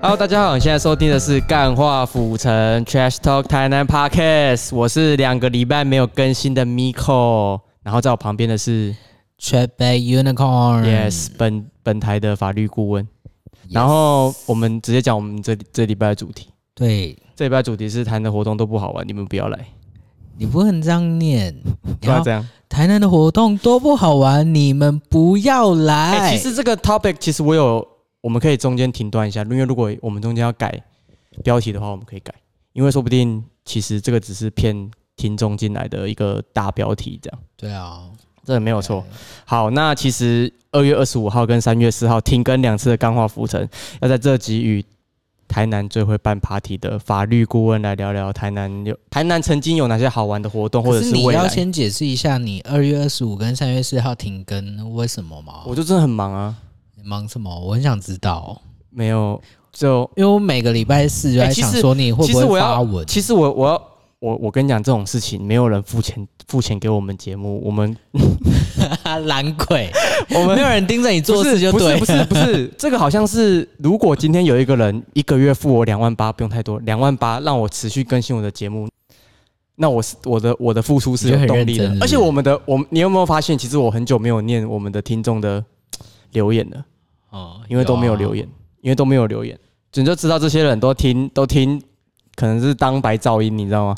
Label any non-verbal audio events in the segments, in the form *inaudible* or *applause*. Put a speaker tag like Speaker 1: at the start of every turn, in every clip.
Speaker 1: Hello，大家好，你现在收听的是《干话府城 Trash Talk 台南 Podcast》，我是两个礼拜没有更新的 Miko，然后在我旁边的是
Speaker 2: t r i p Unicorn。
Speaker 1: Yes 本本台的法律顾问，然后我们直接讲我们这这礼拜的主题，
Speaker 2: 对，
Speaker 1: 这礼拜的主题是谈的活动都不好玩，你们不要来，
Speaker 2: 你不能这样念。
Speaker 1: *laughs* 不要
Speaker 2: 然
Speaker 1: 这
Speaker 2: 后
Speaker 1: 样。
Speaker 2: 台南的活动多不好玩，你们不要来。
Speaker 1: 哎、其实这个 topic 其实我有，我们可以中间停断一下，因为如果我们中间要改标题的话，我们可以改，因为说不定其实这个只是骗听众进来的一个大标题，这样
Speaker 2: 对啊，
Speaker 1: 这没有错。好，那其实二月二十五号跟三月四号停更两次的钢化浮城，要在这集与台南最会办 party 的法律顾问来聊聊台南有台南曾经有哪些好玩的活动，或
Speaker 2: 可
Speaker 1: 者
Speaker 2: 是
Speaker 1: 是
Speaker 2: 你
Speaker 1: 未
Speaker 2: 要
Speaker 1: 来。
Speaker 2: 先解释一下，你二月二十五跟三月四号停更，为什么嘛？
Speaker 1: 我就真的很忙啊，
Speaker 2: 你忙什么？我很想知道，
Speaker 1: 没有就
Speaker 2: 因为我每个礼拜四就
Speaker 1: 哎
Speaker 2: 在
Speaker 1: 其实
Speaker 2: 想说你会
Speaker 1: 其
Speaker 2: 不
Speaker 1: 实我
Speaker 2: 会
Speaker 1: 要
Speaker 2: 发文。
Speaker 1: 其实我我要我我跟你讲这种事情，没有人付钱付钱给我们节目，我们
Speaker 2: *laughs* 懒鬼，
Speaker 1: *laughs* 我们
Speaker 2: 没有人盯着你做事就
Speaker 1: 不是
Speaker 2: 对
Speaker 1: 不。是 *laughs* 不是不是，这个好像是如果今天有一个人一个月付我两万八，不用太多，两万八让我持续更新我的节目。那我是我的我的付出是有动力
Speaker 2: 你就
Speaker 1: 的
Speaker 2: 很认真是，不是
Speaker 1: 而且我们的我们你有没有发现，其实我很久没有念我们的听众的留言了，
Speaker 2: 哦
Speaker 1: 因为都没有留言，因为都没有留言，你就知道这些人都听都听，可能是当白噪音，你知道
Speaker 2: *laughs*
Speaker 1: 吗？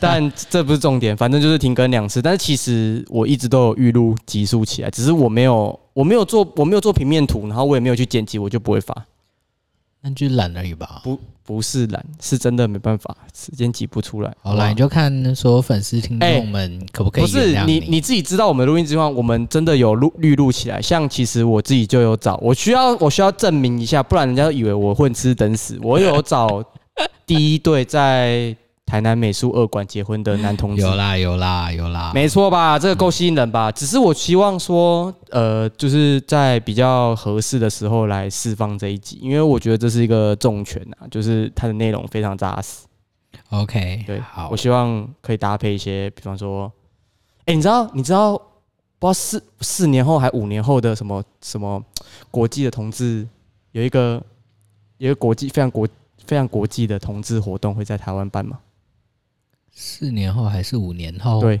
Speaker 1: 但这不是重点，反正就是停更两次。但是其实我一直都有预录集数起来，只是我没有我没有做我没有做平面图，然后我也没有去剪辑，我就不会发。
Speaker 2: 那就懒而已吧。
Speaker 1: 不不是懒，是真的没办法，时间挤不出来。
Speaker 2: 好啦，
Speaker 1: 吧
Speaker 2: 你就看所有粉丝听
Speaker 1: 哎
Speaker 2: 众们可不可以
Speaker 1: 不是
Speaker 2: 原谅
Speaker 1: 你你自己知道我们录音情况，我们真的有录预录起来。像其实我自己就有找，我需要我需要证明一下，不然人家以为我混吃等死。我有找第一对在台南美术二馆结婚的男同志，
Speaker 2: 有啦有啦有啦，
Speaker 1: 没错吧？这个够吸引人吧？只是我希望说，呃，就是在比较合适的时候来释放这一集，因为我觉得这是一个重拳啊，就是它的内容非常扎实。
Speaker 2: OK，
Speaker 1: 对
Speaker 2: 好
Speaker 1: 我，希望可以搭配一些，比方说，哎、你知道你知道不知道四四年后还五年后的什么什么国际的同志有一个有一个国际非常国非常国际的同志活动会在台湾办吗？
Speaker 2: 四年后还是五年后？，
Speaker 1: 对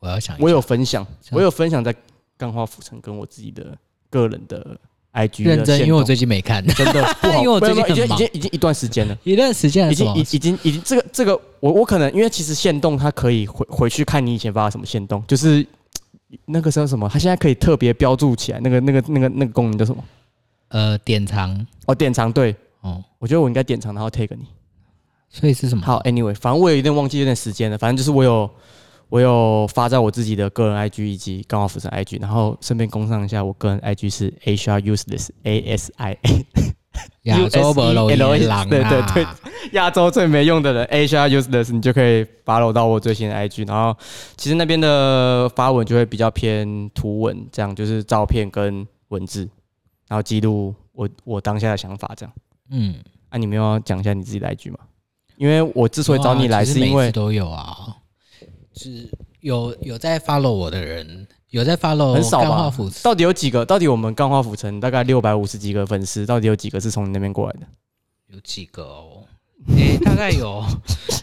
Speaker 2: 我要想一下
Speaker 1: 我有分享，
Speaker 2: 像
Speaker 1: 我有分享在钢化浮城跟我自己的个人的 IG 的
Speaker 2: 认真，
Speaker 1: 限
Speaker 2: 因为我
Speaker 1: 动
Speaker 2: 最近没看 *laughs*
Speaker 1: 真的不好，
Speaker 2: 因为我
Speaker 1: 没有
Speaker 2: 最
Speaker 1: 没有已
Speaker 2: 近
Speaker 1: 经
Speaker 2: 很忙
Speaker 1: 已经已经一段时间了。
Speaker 2: 一段时间了，
Speaker 1: 已经
Speaker 2: 是吗
Speaker 1: 已已经已经这个这个，我我可能因为其实限动它可以回回去看你以前发的什么限动，就是嘖那个时候什么，它现在可以特别标注起来，那个那个那个那个功能叫什么？
Speaker 2: 呃典藏
Speaker 1: 哦，典藏对。
Speaker 2: 哦，
Speaker 1: 我觉得我应该典藏，然后 take 你。
Speaker 2: 所以是什么？
Speaker 1: 好，anyway，反正我有点忘记有点时间了。反正就是我有我有发在我自己的个人 IG 以及刚好浮生 IG，然后顺便工上一下，我个人 IG 是 HR useless A S I E
Speaker 2: 亚洲博楼
Speaker 1: USELS
Speaker 2: 野狼，
Speaker 1: E，对对对，亚洲最没用的人 Asia Useless，你就可以 follow 到我最新的 IG。然后其实那边的发文就会比较偏图文，这样就是照片跟文字，然后记录我我当下的想法这样。
Speaker 2: 嗯，
Speaker 1: 啊，你们要讲一下你自己的 IG 吗？因为我之所以找你来，
Speaker 2: 哇其实
Speaker 1: 是因
Speaker 2: 每
Speaker 1: 为
Speaker 2: 次都有啊，是有有在 follow 我的人，有在 follow
Speaker 1: 很少
Speaker 2: 干化
Speaker 1: 吧
Speaker 2: 腐？
Speaker 1: 到底有几个？到底我们钢化浮城大概六百五十几个粉丝，到底有几个是从你那边过来
Speaker 2: *laughs*
Speaker 1: 的？
Speaker 2: 有几个哦？ *laughs* 诶，大概有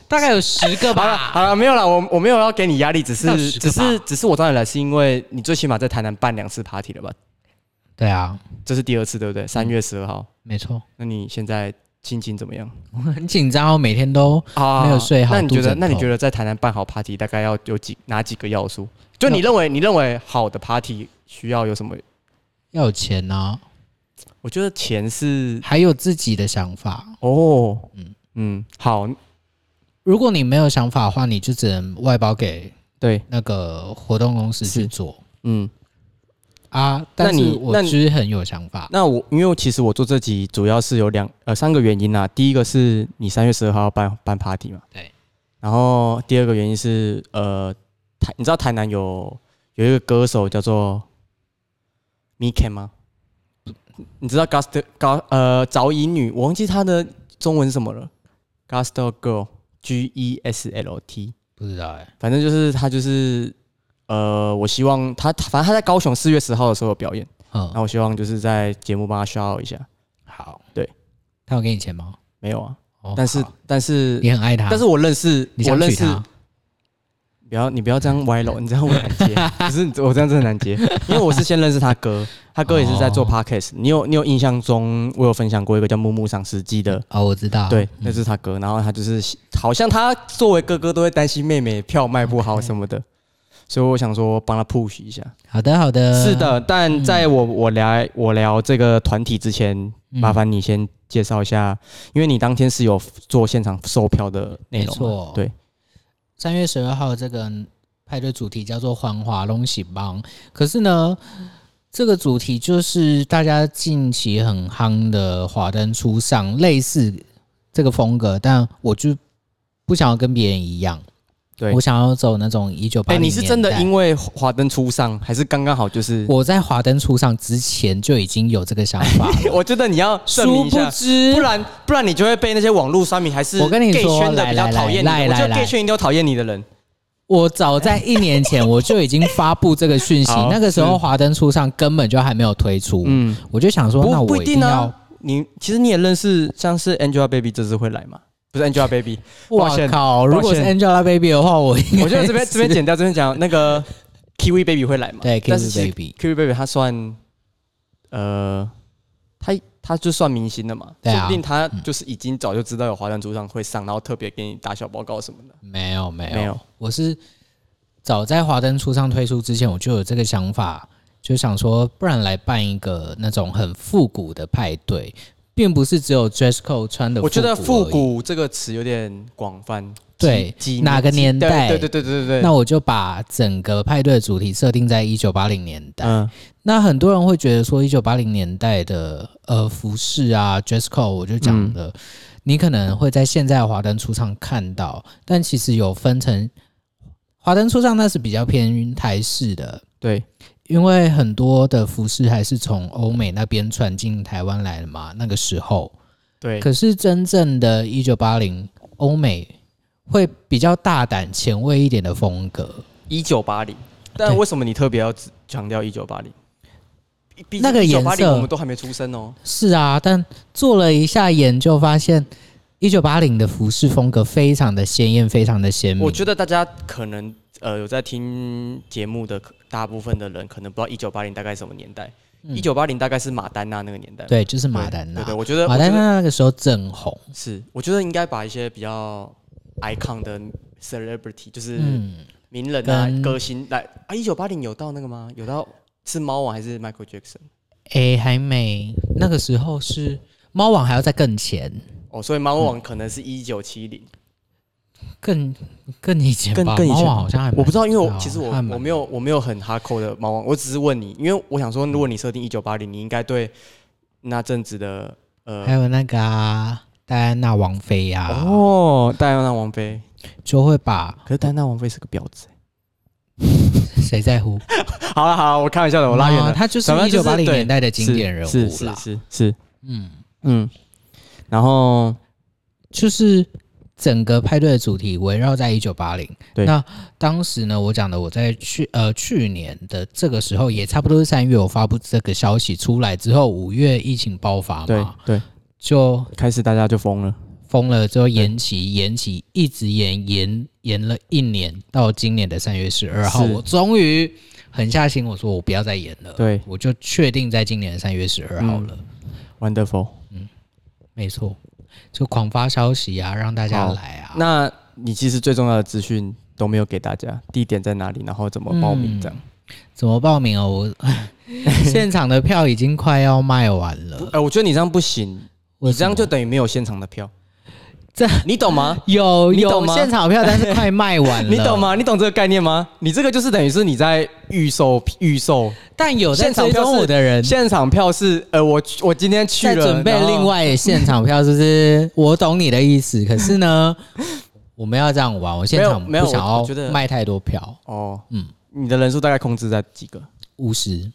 Speaker 2: 大概有十个
Speaker 1: *laughs* 好了
Speaker 2: 吧。
Speaker 1: 好了，没有了，我我没有要给你压力，只
Speaker 2: 到
Speaker 1: 是
Speaker 2: 十
Speaker 1: 只
Speaker 2: 个吧
Speaker 1: 是只是我找你来是因为你最起码在台南办两次 party 了吧？
Speaker 2: 对啊，
Speaker 1: 这是第二次对不对？三月十二号，
Speaker 2: 没错，
Speaker 1: 那你现在心情怎么样？
Speaker 2: 我很紧张，我哦每天都
Speaker 1: 啊
Speaker 2: 没有睡好
Speaker 1: 那你觉
Speaker 2: 肚子
Speaker 1: 得
Speaker 2: 很
Speaker 1: 那你
Speaker 2: 痛
Speaker 1: 觉得在台南办好 party 大概要有几哪几个要素？就你认为你认为好的 party 需要有什么？
Speaker 2: 要有钱啊，
Speaker 1: 我觉得钱是
Speaker 2: 还有自己的想法。
Speaker 1: 哦，嗯嗯，好，
Speaker 2: 如果你没有想法的话，你就只能外包给
Speaker 1: 对，
Speaker 2: 那个活动公司去做
Speaker 1: 嗯，
Speaker 2: 啊。
Speaker 1: 那
Speaker 2: 但
Speaker 1: 你
Speaker 2: 是我
Speaker 1: 那你
Speaker 2: 其实很有想法，
Speaker 1: 那我因为其实我做这集主要是有两呃三个原因啦、第一个是你三月十二号要办办 party 嘛，
Speaker 2: 对。
Speaker 1: 然后第二个原因是呃台，你知道台南有有一个歌手叫做 Mika 吗？你知道 Gust 高呃早乙女，我忘记她的中文是什么了，Gusto Girl G E S L T，
Speaker 2: 不知道哎、
Speaker 1: 反正就是她就是呃，我希望她反正她在高雄四月十号的时候有表演。
Speaker 2: 嗯，
Speaker 1: 那我希望就是在节目帮他 shout out 一下。
Speaker 2: 好，
Speaker 1: 对，
Speaker 2: 他有给你钱吗？
Speaker 1: 没有啊，
Speaker 2: 哦，
Speaker 1: 但是
Speaker 2: 好
Speaker 1: 但是
Speaker 2: 你很爱他，
Speaker 1: 但是我认识
Speaker 2: 你
Speaker 1: 我
Speaker 2: 想
Speaker 1: 认
Speaker 2: 娶
Speaker 1: 识，
Speaker 2: 他，
Speaker 1: 不要你不要这样歪楼，你这样我很难
Speaker 2: *laughs*
Speaker 1: 接，可是你我这样真的很难接，因为我是先认识他哥，他哥也是在做
Speaker 2: 哦
Speaker 1: podcast，你有你有印象中我有分享过一个叫木木赏食记的。
Speaker 2: 哦，我知道，
Speaker 1: 对，那是他哥，然后他就是好像他作为哥哥都会担心妹妹票卖不好什么的，所以我想说帮他 push 一下。
Speaker 2: 好的好的，
Speaker 1: 是，的，
Speaker 2: 嗯
Speaker 1: 但在我我聊我聊这个团体之前，
Speaker 2: 嗯
Speaker 1: 麻烦你先介绍一下，因为你当天是有做现场售票的内
Speaker 2: 没
Speaker 1: 容嘛，
Speaker 2: 错，
Speaker 1: 对，
Speaker 2: 三月十二号这个派对主题叫做“幻化龙喜帮”，可是呢，这个主题就是大家近期很夯的《华灯初上》，类似这个风格，但我就不想要跟别人一样，
Speaker 1: 对
Speaker 2: 我想要走那种一九八
Speaker 1: 哎，
Speaker 2: 零。
Speaker 1: 你是真的因为华灯初上，还是刚刚好就是？
Speaker 2: 我在《华灯初上》之前就已经有这个想法了，
Speaker 1: 我觉得你要 *laughs* 证
Speaker 2: 殊
Speaker 1: 明一
Speaker 2: 不
Speaker 1: 下，
Speaker 2: 知
Speaker 1: 不然不然你就会被那些网络酸民还是
Speaker 2: 我跟你
Speaker 1: gay
Speaker 2: 说
Speaker 1: 圈的
Speaker 2: 来
Speaker 1: 比较
Speaker 2: 来
Speaker 1: 讨厌你
Speaker 2: 来
Speaker 1: 的，我觉
Speaker 2: 来
Speaker 1: 得
Speaker 2: 来
Speaker 1: gay 圈一定有讨厌你的人。
Speaker 2: 我早在一年前我就已经发布这个讯
Speaker 1: *laughs*
Speaker 2: 息
Speaker 1: 好，
Speaker 2: 那个时候
Speaker 1: 是
Speaker 2: 《华灯初上》根本就还没有推出，
Speaker 1: 嗯，
Speaker 2: 我就想说，那
Speaker 1: 不
Speaker 2: 我
Speaker 1: 不一
Speaker 2: 定
Speaker 1: 定
Speaker 2: 要
Speaker 1: 啊。你其实你也认识，像是 Angelababy 这次会来嘛？不是
Speaker 2: *laughs*
Speaker 1: Angelababy，
Speaker 2: 我
Speaker 1: 抱歉
Speaker 2: 靠！如果是
Speaker 1: 抱歉
Speaker 2: Angelababy 的话，我应该
Speaker 1: 我觉得这边这边剪掉，这边讲那
Speaker 2: *laughs*
Speaker 1: 个 Kiwi Baby 会来嘛？
Speaker 2: 对
Speaker 1: 但是其
Speaker 2: Kiwi
Speaker 1: 实
Speaker 2: Baby
Speaker 1: Kiwi Baby 他算呃，他他就算明星了嘛，
Speaker 2: 对啊
Speaker 1: 说不定他就是已经早就知道有华灯初上会上，然后特别给你打小报告什么的。
Speaker 2: 没有没有
Speaker 1: 没有，
Speaker 2: 我是早在华灯初上推出之前，我就有这个想法，就想说，不然来办一个那种很复古的派对，并不是只有 dress code 穿的，
Speaker 1: 我觉得“复
Speaker 2: 而已。
Speaker 1: 古”这个词有点广泛，
Speaker 2: 对
Speaker 1: 几
Speaker 2: 哪个年代
Speaker 1: 对对对对对对。
Speaker 2: 那我就把整个派对的主题设定在一九八零年代。
Speaker 1: 嗯，
Speaker 2: 那很多人会觉得说，一九八零年代的呃服饰啊，dress code，我就讲的，你可能会在现在的华灯初上看到，但其实有分成华灯初上那是比较偏台式的，
Speaker 1: 对，
Speaker 2: 因为很多的服饰还是从欧美那边传进台湾来的嘛，那个时候。
Speaker 1: 对，
Speaker 2: 可是真正的一九八零欧美会比较大胆前卫一点的风格，
Speaker 1: 一九八零。但
Speaker 2: 对
Speaker 1: 为什么你特别要只强调一九八零？毕
Speaker 2: 那个
Speaker 1: 一九
Speaker 2: 颜
Speaker 1: 八零
Speaker 2: 色
Speaker 1: 我们都还没出生哦。
Speaker 2: 是啊，但做了一下研究，发现一九八零的服饰风格非常的鲜艳，非常的鲜明。
Speaker 1: 我觉得大家可能呃有在听节目的可大部分的人，可能不知道一九八零大概什么年代。
Speaker 2: 嗯
Speaker 1: 一九八零大概是马丹娜那个年代。
Speaker 2: 对，就是马丹娜
Speaker 1: 对，对，我觉得
Speaker 2: 马
Speaker 1: 我
Speaker 2: 丹
Speaker 1: 觉得
Speaker 2: 娜那个时候正红。
Speaker 1: 是，我觉得应该把一些比较 icon 的 celebrity，就是
Speaker 2: 嗯，
Speaker 1: 名人啊、
Speaker 2: 跟
Speaker 1: 歌星来啊。一九八零有到那个吗？有到是猫王还是 Michael Jackson？
Speaker 2: 诶，哎还没，那个时候是猫王还要在更前，
Speaker 1: 哦，所以猫王可能是一九七零，
Speaker 2: 更更以前
Speaker 1: 更
Speaker 2: 吧。
Speaker 1: 更以
Speaker 2: 哎猫
Speaker 1: 前
Speaker 2: 王好像还蛮
Speaker 1: 我不知道，因为我
Speaker 2: 早啊
Speaker 1: 其实我
Speaker 2: 还蛮
Speaker 1: 我没有我没有很哈扣的猫王，我只是问你，因为我想说，如
Speaker 2: 嗯
Speaker 1: 果你设定一九八零，你应该对那阵子的呃
Speaker 2: 还有那个啊戴安娜王妃呀、啊，
Speaker 1: 哦，戴安娜王妃，
Speaker 2: 就会把
Speaker 1: 可是戴安娜王妃是个婊子。欸
Speaker 2: 谁在乎？
Speaker 1: 好了好了，我开玩笑的， *laughs* 我拉远了。
Speaker 2: 他就是
Speaker 1: 反正
Speaker 2: 一九
Speaker 1: 就是
Speaker 2: 八零
Speaker 1: 对
Speaker 2: 年代的经
Speaker 1: 是
Speaker 2: 典人物啦。
Speaker 1: 是是是是，
Speaker 2: 嗯。
Speaker 1: 嗯，然后
Speaker 2: 就是整个派对的主题围绕在一九八零。
Speaker 1: 对
Speaker 2: 那当时呢，我讲的我在去呃去年的这个时候，也差不多是三月，我发布这个消息出来之后，五月疫情爆发
Speaker 1: 对
Speaker 2: 嘛，
Speaker 1: 对，
Speaker 2: 就
Speaker 1: 开始大家就疯了，
Speaker 2: 封了，之后延期延期，一直延延延了一年，到今年的三月十二号，
Speaker 1: 是
Speaker 2: 我终于狠下心，我说我不要再延了，
Speaker 1: 对嗯
Speaker 2: 我就确定在今年的三月十二号了。
Speaker 1: ，wonderful。
Speaker 2: 没错，就狂发消息啊，让大家
Speaker 1: 好
Speaker 2: 来啊。
Speaker 1: 那你其实最重要的资讯都没有给大家，地点在哪里，然后怎么报
Speaker 2: 嗯
Speaker 1: 名这样。
Speaker 2: 怎么报名哦？我 *laughs* 现场的票已经快要卖完了，
Speaker 1: 哎，我觉得你这样不行，
Speaker 2: 我
Speaker 1: 你这样就等于没有现场的票，
Speaker 2: *laughs* 这
Speaker 1: 你懂
Speaker 2: *laughs*
Speaker 1: 吗？
Speaker 2: 有
Speaker 1: 你懂
Speaker 2: 有
Speaker 1: 吗
Speaker 2: 现场票，但是快卖完了，
Speaker 1: *laughs* 你懂？吗？你懂这个概念吗？你这个就是等于是你在预售预售，
Speaker 2: 但有在
Speaker 1: 现场
Speaker 2: 追
Speaker 1: 票
Speaker 2: 踪我
Speaker 1: 是
Speaker 2: 的人
Speaker 1: 现场票是呃，我我今天去
Speaker 2: 嗯在
Speaker 1: 了，
Speaker 2: 准备
Speaker 1: 然后
Speaker 2: 另外的现场票，是不是？ *laughs* 我懂你的意思，可是呢，我们要这样玩，我现场
Speaker 1: 没有
Speaker 2: 不想
Speaker 1: 我
Speaker 2: 要
Speaker 1: 我觉得
Speaker 2: 卖太多票，
Speaker 1: 哦，
Speaker 2: 嗯
Speaker 1: 嗯，你的人数大概控制在几个？
Speaker 2: 五十，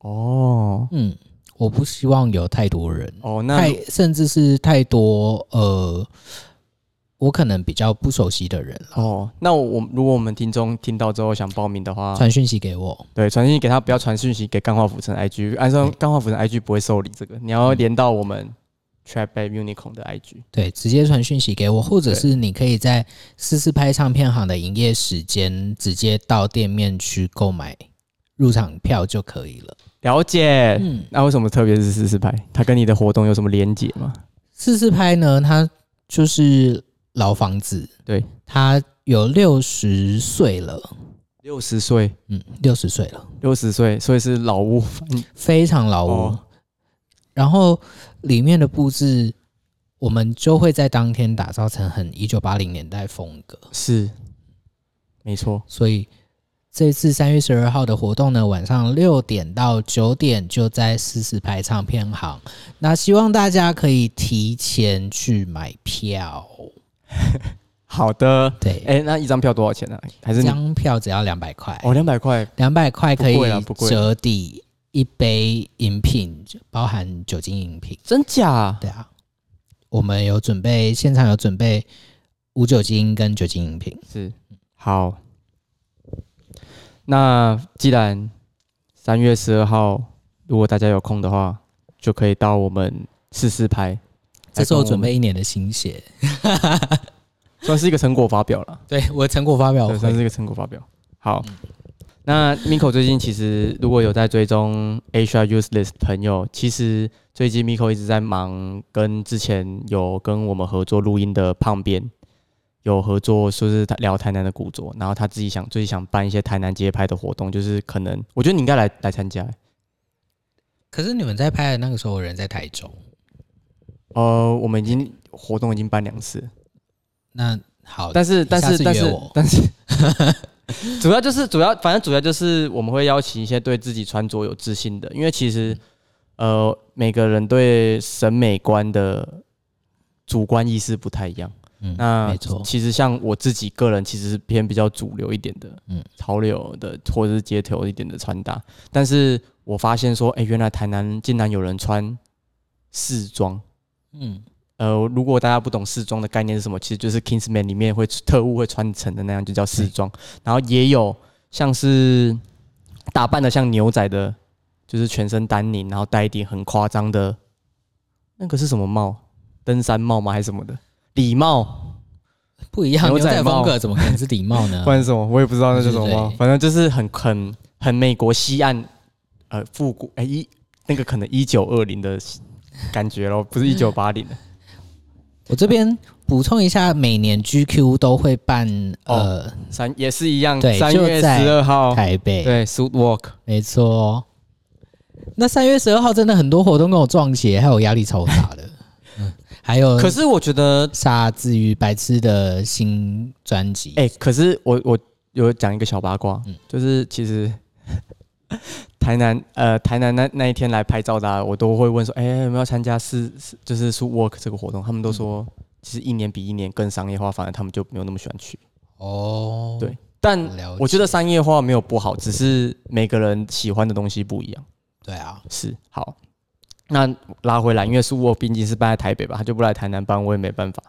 Speaker 1: 哦
Speaker 2: 嗯，我不希望有太多人，
Speaker 1: 哦，那
Speaker 2: 太甚至是太多呃，我可能比较不熟悉的人了，
Speaker 1: 哦，那我如果我们听众听到之后想报名的话，
Speaker 2: 传讯息给我。
Speaker 1: 对，传讯息给他，不啊
Speaker 2: 嗯
Speaker 1: 要传讯息给干化浮城 IG，按照干化浮城 IG 不会受理这个，你要连到我们 Trap Back Unicorn 的 IG。
Speaker 2: 对，直接传讯息给我，或者是你可以在思思拍唱片行的营业时间直接到店面去购买入场票就可以了。
Speaker 1: 了解。
Speaker 2: 嗯，
Speaker 1: 那为什么特别是四四拍？它跟你的活动有什么连结吗？
Speaker 2: 四四拍呢，它就是老房子，
Speaker 1: 对，
Speaker 2: 它有六十岁了，
Speaker 1: 六十岁，
Speaker 2: 嗯，六十岁了，
Speaker 1: 六十岁，所以是老屋房
Speaker 2: 非常老屋。
Speaker 1: 哦
Speaker 2: 然后里面的布置，我们就会在当天打造成很一九八零年代风格。
Speaker 1: 是，没错。
Speaker 2: 所以这次三月十二号的活动呢，晚上六点到九点就在四四拍唱片行。那希望大家可以提前去买票，
Speaker 1: 好的，
Speaker 2: 对，
Speaker 1: 哎、那一张票多少钱呢、还是
Speaker 2: 这
Speaker 1: 你
Speaker 2: 张票只要两百块，
Speaker 1: 哦，两百块
Speaker 2: 两百块可以
Speaker 1: 不贵啦不贵
Speaker 2: 折抵一杯饮品，包含酒精饮品。
Speaker 1: 真假？
Speaker 2: 对啊，我们有准备，现场有准备无酒精跟酒精饮品。
Speaker 1: 是，好。那既然三月十二号，如果大家有空的话，就可以到我们试试拍。
Speaker 2: 这
Speaker 1: 来
Speaker 2: 是
Speaker 1: 跟
Speaker 2: 我
Speaker 1: 我
Speaker 2: 准
Speaker 1: 们
Speaker 2: 备一年的心血，
Speaker 1: 算是一个成果发表了，
Speaker 2: 对我成果发表
Speaker 1: 对，
Speaker 2: 会
Speaker 1: 算是一个成果发表。好，那 Miko 最近其实如果有在追踪 Asia Useless 朋友，其实最近 Miko 一直在忙，跟之前有跟我们合作录音的胖边有合作，说是他聊台南的古着，然后他自己想最近想办一些台南街拍的活动，就是可能我觉得你应该来来参加、欸
Speaker 2: 可是你们在拍的那个时候，我人在台中，
Speaker 1: 呃，我们已经活动已经办两次了，
Speaker 2: 那好，
Speaker 1: 但是但
Speaker 2: 下次
Speaker 1: 是但
Speaker 2: 约
Speaker 1: 是
Speaker 2: 我
Speaker 1: *laughs* 但是，主要就是主要，反正主要就是我们会邀请一些对自己穿着有自信的，因为其实
Speaker 2: 嗯
Speaker 1: 呃每个人对审美观的主观意识不太一样。
Speaker 2: 嗯，
Speaker 1: 那
Speaker 2: 没错，
Speaker 1: 其实像我自己个人，其实是偏比较主流一点的，
Speaker 2: 嗯
Speaker 1: 嗯，潮流的或者是街头一点的穿搭。但是我发现说，哎、原来台南竟然有人穿试装，
Speaker 2: 嗯，
Speaker 1: 呃，如果大家不懂试装的概念是什么，其实就是 Kingsman 里面会特务会穿成的那样，就叫试装。然后也有像是打扮的像牛仔的，就是全身丹宁，然后戴一顶很夸张的，那个是什么帽？登山帽吗？还是什么的礼帽？
Speaker 2: 不一样，牛
Speaker 1: 牛仔
Speaker 2: 仔风
Speaker 1: 帽
Speaker 2: 格怎么可能是礼貌
Speaker 1: *laughs*
Speaker 2: 呢
Speaker 1: 不？然是什么？我也不知道那叫什么
Speaker 2: 对对
Speaker 1: 帽
Speaker 2: 对。
Speaker 1: 反正就是很很很美国西岸，呃，复古哎一那个可能一九二零的感觉咯，不是一九八零的。
Speaker 2: 我这边补充一下，每年 GQ 都会办
Speaker 1: 哦
Speaker 2: 呃
Speaker 1: 三也是一样，
Speaker 2: 对
Speaker 1: 三
Speaker 2: 就
Speaker 1: 月
Speaker 2: 在
Speaker 1: 十二号。
Speaker 2: 台北，
Speaker 1: 哦对，suit walk，
Speaker 2: 没错。那三月十二号真的很多活动跟我撞邪，还有压力超大
Speaker 1: *laughs*
Speaker 2: 的，嗯，还有
Speaker 1: 可是我觉得，
Speaker 2: 沙子与白痴的新专辑，
Speaker 1: 哎、可是我我有讲一个小八卦，就是其实 *laughs* 台南呃台南那那一天来拍照的啊、我都会问说，哎、有没有要参加是是就是 s u work 这个活动？他们都说，其实一年比一年更商业化，反而他们就没有那么喜欢去。
Speaker 2: 哦，
Speaker 1: 对但
Speaker 2: 了
Speaker 1: 我觉得
Speaker 2: 解
Speaker 1: 商业化没有不好，只是每个人喜欢的东西不一样。
Speaker 2: 对啊，
Speaker 1: 是好，那拉回来，因为 s u work 毕竟是办在台北吧，他就不来台南办，我也没办法。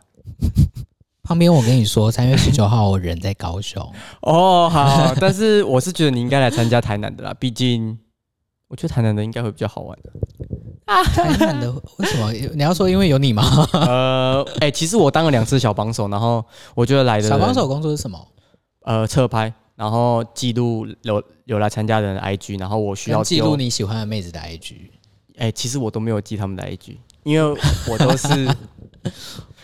Speaker 2: 旁边我跟你说，三月十九号我人在高雄，
Speaker 1: *laughs* 哦，好，但是我是觉得你应该来参加台南的啦，毕 *laughs* 竟我觉得台南的应该会比较好玩。
Speaker 2: *laughs* 台南的为什么你要说因为有你吗？
Speaker 1: 呃，哎、其实我当了两次小帮手，然后我觉得来的人
Speaker 2: 小帮手工作是什么？
Speaker 1: 呃侧拍，然后记录有有来参加的人的 IG，然后我需要
Speaker 2: 跟记录
Speaker 1: 丢。
Speaker 2: 你喜欢的妹子的 IG。
Speaker 1: 哎、其实我都没有记他们的 IG，因为我都
Speaker 2: *laughs*
Speaker 1: 是。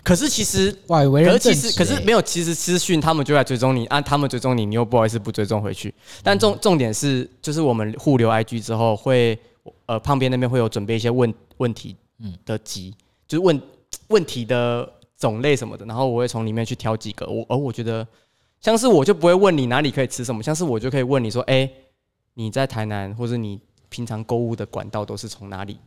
Speaker 1: 可是其实，
Speaker 2: 哇，为
Speaker 1: 可
Speaker 2: 人
Speaker 1: 是其
Speaker 2: 正
Speaker 1: 实，
Speaker 2: 直
Speaker 1: 可是
Speaker 2: 欸
Speaker 1: 没有，其实私讯他们就来追踪你，按、他们追踪你，你又不好意思不追踪回去。但重重点是，就是我们互留 IG 之后会，呃，旁边那边会有准备一些问问题的集，就是问问题的种类什么的，然后我会从里面去挑几个。我而我觉得，像是我就不会问你哪里可以吃什么，像是我就可以问你说，哎、你在台南或者你平常购物的管道都是从哪里？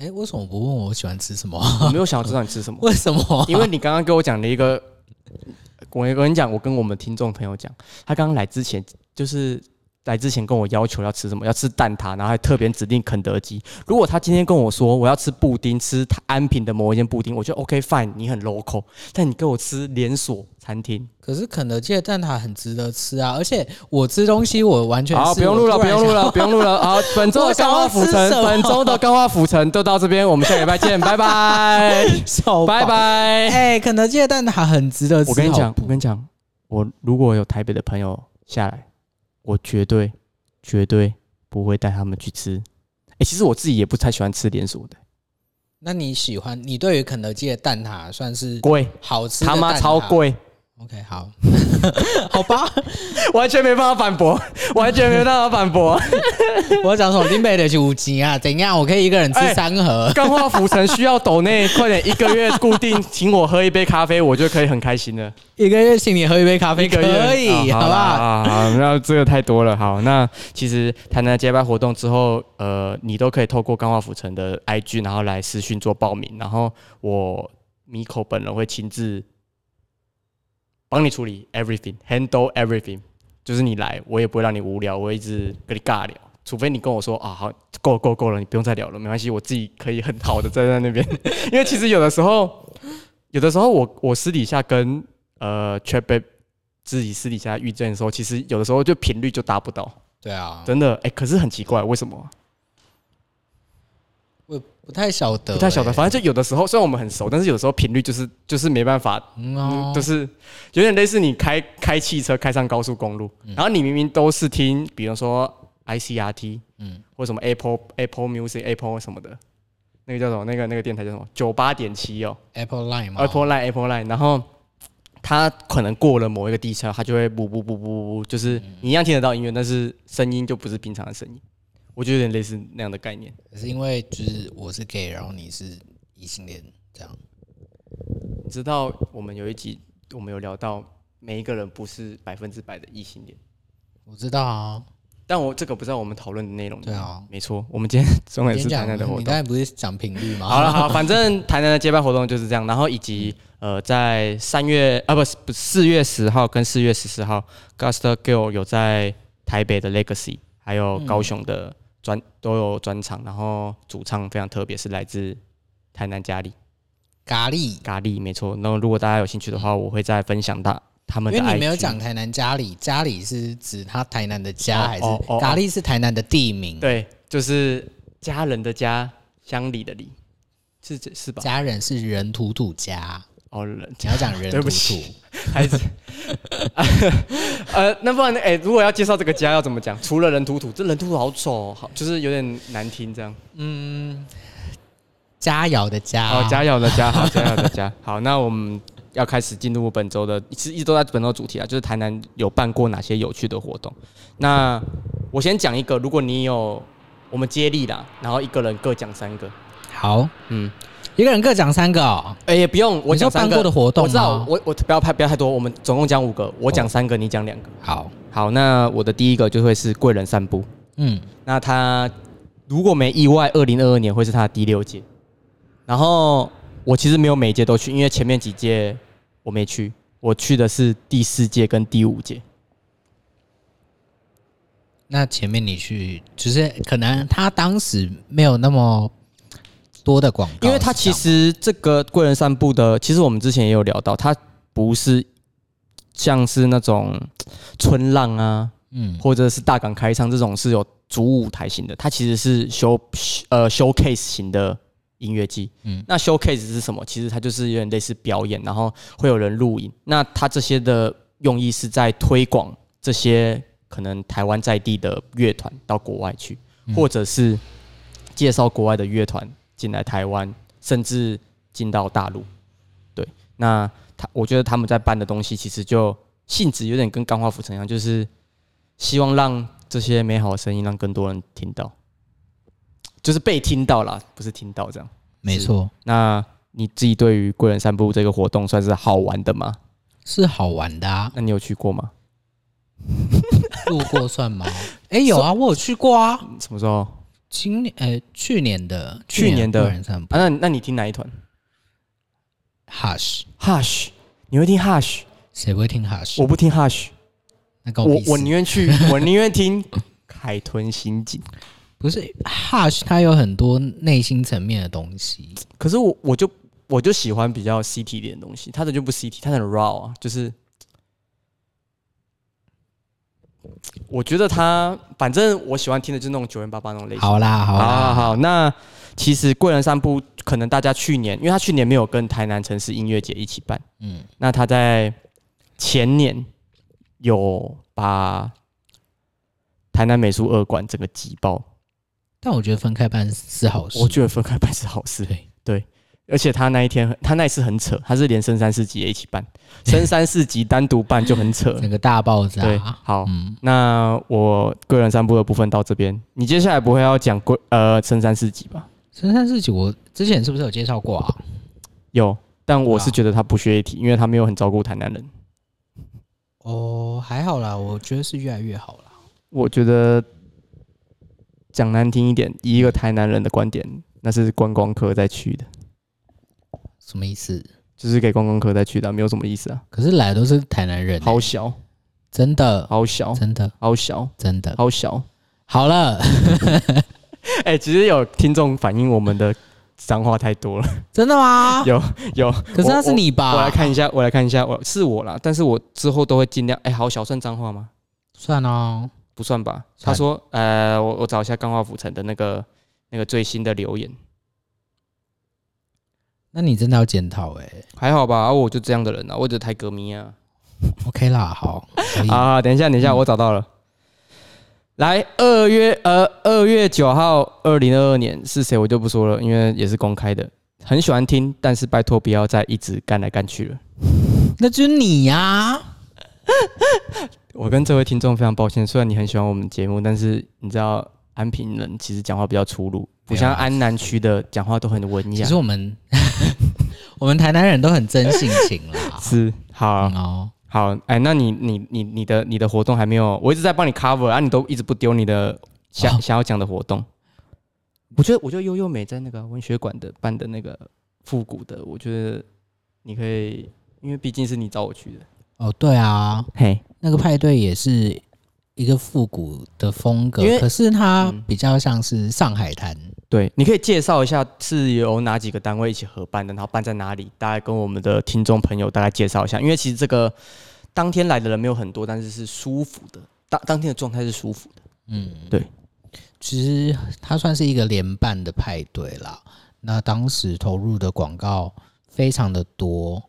Speaker 2: 哎、为什么不问我喜欢吃什么？ *laughs*
Speaker 1: 我没有想要知道你吃什么。
Speaker 2: 为什么？
Speaker 1: *laughs* 因为你刚刚给我讲了一个，我我跟你讲，我跟我们听众朋友讲，他刚刚来之前就是来之前跟我要求要吃什么，要吃蛋挞，然后还特别指定肯德基。如果他今天跟我说我要吃布丁，吃安平的某一间布丁，我就 OK fine，你很 local，但你给我吃连锁餐厅，
Speaker 2: 可是肯德基的蛋挞很值得吃啊，而且我吃东西我完全
Speaker 1: 好，
Speaker 2: 是
Speaker 1: 不用
Speaker 2: 我
Speaker 1: 录了，
Speaker 2: 突
Speaker 1: 不
Speaker 2: 然
Speaker 1: 用录
Speaker 2: 想
Speaker 1: 了，不用录了。好，本周
Speaker 2: *laughs* 我
Speaker 1: 的
Speaker 2: 想
Speaker 1: 钢化
Speaker 2: 要
Speaker 1: 浮
Speaker 2: 吃
Speaker 1: 城
Speaker 2: 什，么
Speaker 1: 本周的钢化浮城就到这边，我们下礼拜见，
Speaker 2: *laughs*
Speaker 1: 拜拜，
Speaker 2: 小
Speaker 1: 拜
Speaker 2: 宝。
Speaker 1: 拜。
Speaker 2: 哎、肯德基的蛋挞很值得吃。
Speaker 1: 我跟你
Speaker 2: 好
Speaker 1: 讲，
Speaker 2: 不
Speaker 1: 我跟你讲，我如果有台北的朋友下来，我绝对绝对不会带他们去吃。哎、其实我自己也不太喜欢吃连锁的，
Speaker 2: 那你喜欢你对于肯德基的蛋挞算是
Speaker 1: 贵，
Speaker 2: 好吃的
Speaker 1: 他妈
Speaker 2: 蛋
Speaker 1: 超。
Speaker 2: 挞
Speaker 1: 贵，
Speaker 2: OK，好， *laughs* 好吧，
Speaker 1: 完全没办法反 *laughs* 驳，完全没办法反 *laughs* 驳。
Speaker 2: 我要讲什么？林北的五级啊？怎样？我可以一个人吃
Speaker 1: 哎
Speaker 2: 三盒。
Speaker 1: 钢化浮城需要抖内，快点一个月固定请我喝一杯咖啡，我就可以很开心了。
Speaker 2: *laughs* 一个月请你喝一杯咖啡
Speaker 1: 一个
Speaker 2: 可以，
Speaker 1: 月
Speaker 2: 好不好？
Speaker 1: 啦好好那这个太多了。好，那其实台南的结拜活动之后，呃，你都可以透过钢化府城的 IG，然后来私讯做报名，然后我米口本人会亲自帮你处理 everything，handle everything，就是你来，我也不会让你无聊，我会一直跟你尬聊。除非你跟我说啊，好，够了够了够了，你不用再聊了，没关系，我自己可以很好的站在那边。 *laughs* 因为其实有的时候，有的时候我我私底下跟呃 c h a t 自己私底下遇见的时候，其实有的时候就频率就达不到，
Speaker 2: 对啊，
Speaker 1: 真的哎、可是很奇怪，为什么啊
Speaker 2: 我不太晓得、
Speaker 1: 不太晓得？
Speaker 2: 欸
Speaker 1: 反正就有的时候，虽然我们很熟，但是有的时候频率就是就是没办法，
Speaker 2: 嗯
Speaker 1: 嗯
Speaker 2: 哦，
Speaker 1: 就是有点类似你开开汽车开上高速公路，
Speaker 2: 嗯
Speaker 1: 然后你明明都是听，比如说 ICRT，嗯
Speaker 2: 嗯，
Speaker 1: 或什么 Apple Apple Music Apple 什么的，那个叫什么？那个那个电台叫什么？九八点七哦，
Speaker 2: Apple Line 嘛
Speaker 1: Apple Line Apple Line，然后它可能过了某一个地下，它就会不不不不不，就是
Speaker 2: 嗯
Speaker 1: 你一样听得到音乐，但是声音就不是平常的声音。我觉得有点类似那样的概念。
Speaker 2: 可是因为就是我是 gay，然后你是异性恋，这样
Speaker 1: 你知道我们有一集我们有聊到每一个人不是百分之百的异性恋，
Speaker 2: 我知道啊。
Speaker 1: 但我这个不在我们讨论的内容里面。
Speaker 2: 对啊
Speaker 1: 没错，我们今天重
Speaker 2: 我
Speaker 1: 点
Speaker 2: 跟
Speaker 1: 是
Speaker 2: 你
Speaker 1: 谈
Speaker 2: 讲，
Speaker 1: 谈的活
Speaker 2: 你
Speaker 1: 动
Speaker 2: 刚。才不是讲频率吗？
Speaker 1: 好了，好，反正台南的接班活动就是这样，然后以及
Speaker 2: 嗯
Speaker 1: 呃，在三月啊不是不四月十号跟四月十四号，Guster Gill 有在台北的 Legacy，还有高雄的专、都有专场，然后主唱非常特别，是来自台南咖喱
Speaker 2: 咖喱，
Speaker 1: 咖喱，没错。那如果大家有兴趣的话，我会再分享到他
Speaker 2: 因
Speaker 1: 们的
Speaker 2: 为
Speaker 1: IG。
Speaker 2: 你没有讲台南咖喱，咖喱是指他台南的家，
Speaker 1: 哦
Speaker 2: 还是
Speaker 1: 哦哦哦
Speaker 2: 咖喱是台南的地名？，
Speaker 1: 对，就是家人的家，乡里的里，是这是吧？
Speaker 2: 家人是人土土家，
Speaker 1: 哦，人
Speaker 2: 你要讲人
Speaker 1: 对不
Speaker 2: 土
Speaker 1: 起
Speaker 2: 土，
Speaker 1: 还是 *laughs* 呃，那不然哎、如果要介绍这个家要怎么讲？除了人土土，这人土土好丑哦、好就是有点难听这样。
Speaker 2: 佳肴的佳，
Speaker 1: 好，哦加油的加，好，加油的加。 *laughs* 好，那我们要开始进入本周的，其实一直都在本周主题啊，就是台南有办过哪些有趣的活动。那我先讲一个，如果你有我们接力啦，然后一个人各讲三个，
Speaker 2: 好，
Speaker 1: 嗯，
Speaker 2: 一个人各讲三个哦。
Speaker 1: 哎、也不用我
Speaker 2: 你
Speaker 1: 讲
Speaker 2: 说
Speaker 1: 三
Speaker 2: 办
Speaker 1: 个
Speaker 2: 过的活动
Speaker 1: 我知道
Speaker 2: 吗，
Speaker 1: 我我不要太不要太多，我们总共讲五个，我讲三个，你讲两个。
Speaker 2: 好，
Speaker 1: 好，那我的第一个就会是贵人散步。
Speaker 2: 嗯，
Speaker 1: 那他如果没意外，二零二二年会是他的第六届。然后我其实没有每一届都去，因为前面几届我没去，我去的是第四届跟第五届。
Speaker 2: 那前面你去，就是可能他当时没有那么多的广告，
Speaker 1: 因为他其实这个贵人散步的，其实我们之前也有聊到，它不是像是那种春浪啊，
Speaker 2: 嗯
Speaker 1: 或者是大港开唱这种是有主舞台型的，它其实是 show 呃 showcase 型的音乐季。嗯
Speaker 2: 嗯，
Speaker 1: 那 showcase 是什么？其实它就是有点类似表演，然后会有人录影。那它这些的用意是在推广这些可能台湾在地的乐团到国外去，
Speaker 2: 嗯
Speaker 1: 或者是介绍国外的乐团进来台湾，甚至进到大陆。对，那他我觉得他们在办的东西其实就性质有点跟钢化浮城一样，就是希望让这些美好的声音让更多人听到，就是被听到啦，不是听到这样。
Speaker 2: 没错，
Speaker 1: 那你自己对于贵人散步这个活动算是好玩的吗？，
Speaker 2: 是好玩的 *laughs* 啊
Speaker 1: 那你有去过吗？
Speaker 2: 路过算吗？哎、有啊，我有去过啊，
Speaker 1: 什么时候？
Speaker 2: 今年呃去年的
Speaker 1: 去年的
Speaker 2: 个人散步
Speaker 1: 啊，那那你听哪一团
Speaker 2: Hush，
Speaker 1: ？Hush，你会听 Hush？
Speaker 2: 谁不会听 Hush？
Speaker 1: 哦我不听 Hush，
Speaker 2: 那跟
Speaker 1: 我
Speaker 2: 屁事
Speaker 1: 我宁愿去，我宁愿听海豚刑警。
Speaker 2: 不是 Hush，它有很多内心层面的东西。
Speaker 1: 可是我我就我就喜欢比较 CT 一点的东西，他的就不 CT，他很 raw 啊，就是我觉得他反正我喜欢听的就是那种九零八八那种类型。
Speaker 2: 好啦，好
Speaker 1: 好好
Speaker 2: 啦，
Speaker 1: 好，那其实贵人散步可能大家去年，因为他去年没有跟台南城市音乐节一起办，
Speaker 2: 嗯，
Speaker 1: 那他在前年有把台南美术二馆整个挤爆，
Speaker 2: 但我觉得分开办是好事。
Speaker 1: 我觉得分开办是好事。
Speaker 2: 对
Speaker 1: 而且他那一天很，他那一次很扯，他是连升三四级也一起办，升三四级单独办就很
Speaker 2: *laughs*
Speaker 1: 扯。
Speaker 2: 整个大爆
Speaker 1: 对，
Speaker 2: 炸。
Speaker 1: 好，
Speaker 2: 嗯，
Speaker 1: 那我贵人散步的部分到这边，你接下来不会要讲贵呃升三四级吧？
Speaker 2: 神山四九，我之前是不是有介绍过啊？
Speaker 1: 有，但我
Speaker 2: 对啊
Speaker 1: 是觉得他不屑一提，因为他没有很照顾台南人。
Speaker 2: 哦，还好啦，我觉得是越来越好啦。
Speaker 1: 我觉得讲难听一点，以一个台南人的观点，那是观光客在去的，
Speaker 2: 什么意思？
Speaker 1: 就是给观光客在去的啊、没有什么意思啊。
Speaker 2: 可是来的都是台南人欸、
Speaker 1: 好小，
Speaker 2: 真的，
Speaker 1: 好小，
Speaker 2: 真的，
Speaker 1: 好小，
Speaker 2: 真的。
Speaker 1: 好小。
Speaker 2: 好了，
Speaker 1: *laughs* 哎、其实有听众反映我们的脏话太多了，
Speaker 2: 真的吗？
Speaker 1: 有有。
Speaker 2: 可是那是你吧？
Speaker 1: 我来看一下，我来看一下，我是我啦，但是我之后都会尽量。哎、好小算脏话吗？
Speaker 2: 算哦。
Speaker 1: 不算吧。
Speaker 2: 算
Speaker 1: 他说，呃，我我找一下钢化府城的那个那个最新的留言。
Speaker 2: 那你真的要检讨哎。
Speaker 1: 还好吧，啊我就这样的人啊，我就台歌迷啊。
Speaker 2: OK 啦，好，可以。
Speaker 1: 啊，等一下，等一下，我找到了。来，二月呃，二月九号，二零二二年是谁我就不说了，因为也是公开的。很喜欢听，但是拜托不要再一直干来干去了。
Speaker 2: 那就是你啊呀、
Speaker 1: 我跟这位听众非常抱歉，虽然你很喜欢我们节目，但是你知道安平人其实讲话比较粗鲁，不像安南区的讲话都很文
Speaker 2: 其
Speaker 1: 雅
Speaker 2: 实。我们 *laughs* 我们台南人都很真性情啦。
Speaker 1: 是，好
Speaker 2: 嗯哦，
Speaker 1: 好，哎、那你你你你的你的活动还没有，我一直在帮你 cover 啊，你都一直不丢你的想、
Speaker 2: 哦
Speaker 1: 想要讲的活动。我觉得我觉得悠悠美在那个文学馆的办的那个复古的，我觉得你可以，因为毕竟是你找我去的。
Speaker 2: 哦，对啊，
Speaker 1: 嘿，
Speaker 2: 那个派对也是一个复古的风格
Speaker 1: 因为，
Speaker 2: 可是它
Speaker 1: 嗯
Speaker 2: 比较像是上海滩。
Speaker 1: 对，你可以介绍一下是由哪几个单位一起合办的，然后办在哪里，大概跟我们的听众朋友大概介绍一下。因为其实这个当天来的人没有很多，但是是舒服的，当当天的状态是舒服的。
Speaker 2: 嗯，
Speaker 1: 对。
Speaker 2: 其实它算是一个联办的派对啦。那当时投入的广告非常的多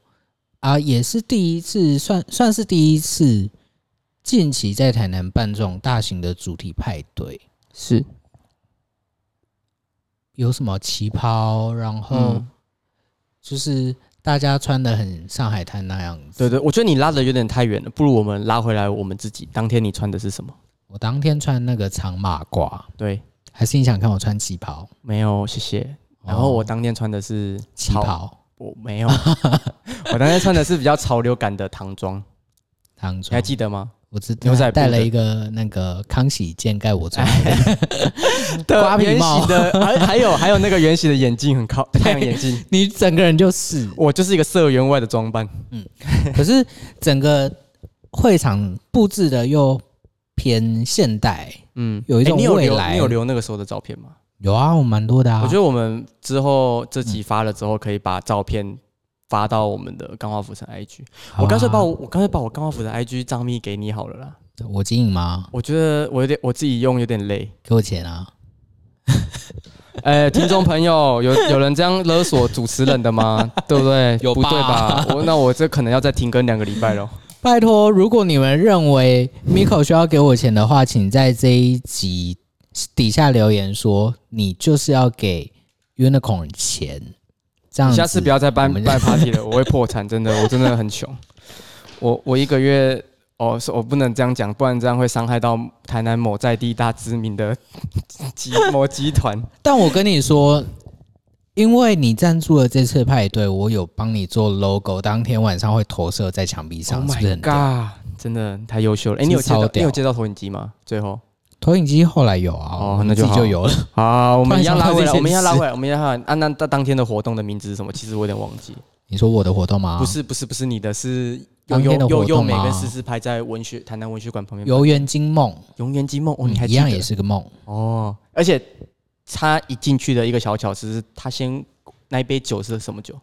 Speaker 2: 啊，也是第一次，算算是第一次近期在台南办这种大型的主题派对。
Speaker 1: 是，
Speaker 2: 有什么旗袍，然后
Speaker 1: 嗯
Speaker 2: 就是大家穿的很上海滩那样子。
Speaker 1: 对对，我觉得你拉的有点太远了，不如我们拉回来，我们自己当天你穿的是什么？
Speaker 2: 我当天穿那个长马褂，
Speaker 1: 对，
Speaker 2: 还是你想看我穿旗袍？
Speaker 1: 没有，谢谢。然后我
Speaker 2: 哦
Speaker 1: 当天穿的是
Speaker 2: 旗
Speaker 1: 草，
Speaker 2: 袍
Speaker 1: 我没有， *laughs* 我当天穿的是比较潮流感的唐装，
Speaker 2: 唐
Speaker 1: 你还
Speaker 2: 装，
Speaker 1: 记得吗？
Speaker 2: 我只
Speaker 1: 牛仔布的
Speaker 2: 带了一个那个康熙剑盖我穿的，瓜皮
Speaker 1: 圆
Speaker 2: 帽
Speaker 1: 形 *laughs* 的，还还有还有那个圆形的眼镜，很靠太阳眼镜。
Speaker 2: *laughs* 你整个人就是。
Speaker 1: 我就是一个社员外的装扮，
Speaker 2: 可是整个会场布置的又偏现代，
Speaker 1: 嗯，
Speaker 2: 哎有一种
Speaker 1: 诶你有
Speaker 2: 未
Speaker 1: 留
Speaker 2: 来
Speaker 1: 你有留那个时候的照片吗？
Speaker 2: 有啊，我蛮多的啊。
Speaker 1: 我觉得我们之后这集发了之后，可以把照片发到我们的钢化浮城 IG。
Speaker 2: 好啊
Speaker 1: 我干脆把我我干脆把我钢化浮城 IG 账密给你好了啦。
Speaker 2: 我经营吗？
Speaker 1: 我觉得我有点我自己用有点 *laughs* 累。
Speaker 2: 给我钱啊！
Speaker 1: 哎，听众朋友，有有人这样勒索主持人的 *laughs* 吗？对不对？
Speaker 2: 有吧
Speaker 1: 不对吧？我那我这可能要再停更两个礼拜咯。
Speaker 2: 拜托，如果你们认为 Miko 需要给我钱的话，请在这一集底下留言说你就是要给 Unicorn 钱，这样
Speaker 1: 你
Speaker 2: 子
Speaker 1: 下次不要再办
Speaker 2: 我们
Speaker 1: 办 party 了，我 *laughs* 会破产，真的，我真的很穷。我我一个月哦，是我不能这样讲，不然这样会伤害到台南某在地大知名的集 *laughs* 某集团。
Speaker 2: 但我跟你说，因为你赞助了这次派对，我有帮你做 logo，当天晚上会投射在墙壁
Speaker 1: Oh
Speaker 2: 上，是不是
Speaker 1: my
Speaker 2: 很屌？
Speaker 1: god！真的太优秀了。哎、你有接
Speaker 2: 是超
Speaker 1: 到
Speaker 2: 屌
Speaker 1: 你有接到投影机吗？最后，
Speaker 2: 投影机后来有啊，
Speaker 1: 哦
Speaker 2: 我们
Speaker 1: 那就
Speaker 2: 自己
Speaker 1: 好
Speaker 2: 就有了。 *laughs*
Speaker 1: 好，我们一样拉回
Speaker 2: 突
Speaker 1: 来，
Speaker 2: 然想到这件
Speaker 1: 我们一样拉回来，我们一样拉回来。啊，那当当天的活动的名字是什么？其实我有点忘记。
Speaker 2: 你说我的活动吗？
Speaker 1: 不，是不是不是你的，是有
Speaker 2: 啊当天的
Speaker 1: 有
Speaker 2: 活
Speaker 1: 有
Speaker 2: 动
Speaker 1: 美跟
Speaker 2: 吗？
Speaker 1: 思思拍在文学台南文学馆旁边拍，
Speaker 2: 游园惊梦，
Speaker 1: 永远记梦哦，
Speaker 2: 嗯
Speaker 1: 你还
Speaker 2: 一
Speaker 1: 记得
Speaker 2: 样也是个梦。
Speaker 1: 哦，而且他一进去的一个小巧思是，他先那一杯酒是什么酒？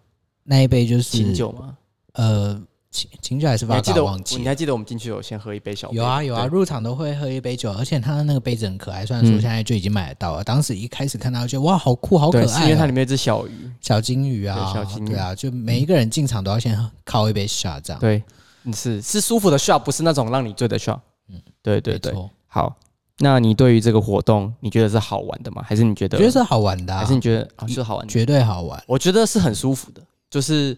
Speaker 2: 那一杯就是
Speaker 1: 清，酒吗？
Speaker 2: 呃，清清酒还是
Speaker 1: 你还
Speaker 2: 八
Speaker 1: 记
Speaker 2: 嘎
Speaker 1: 得我
Speaker 2: 忘？记
Speaker 1: 你
Speaker 2: 了。
Speaker 1: 还记得我们进去有先喝一杯小杯？
Speaker 2: 有啊有啊，
Speaker 1: 对，
Speaker 2: 入场都会喝一杯酒，而且它的那个杯子很可爱，虽然说
Speaker 1: 嗯
Speaker 2: 现在就已经买得到了，当时一开始看到就觉得哇，好酷，好可
Speaker 1: 对，是因
Speaker 2: 爱
Speaker 1: 为
Speaker 2: 哦、
Speaker 1: 它里面有一只小鱼。
Speaker 2: 小金鱼啊，
Speaker 1: 对小金鱼
Speaker 2: 对啊，就每一个人进场都要先靠一杯 shot 这样，
Speaker 1: 对，嗯是是舒服的 shot，不是那种让你醉的 shot。嗯，对对对
Speaker 2: 没。错，
Speaker 1: 好，那你对于这个活动，你觉得是好玩的吗？还是你觉得？
Speaker 2: 我觉得是好玩的、啊，
Speaker 1: 还是你觉得啊是好玩的？
Speaker 2: 绝对好玩。
Speaker 1: 我觉得是很舒服的，就是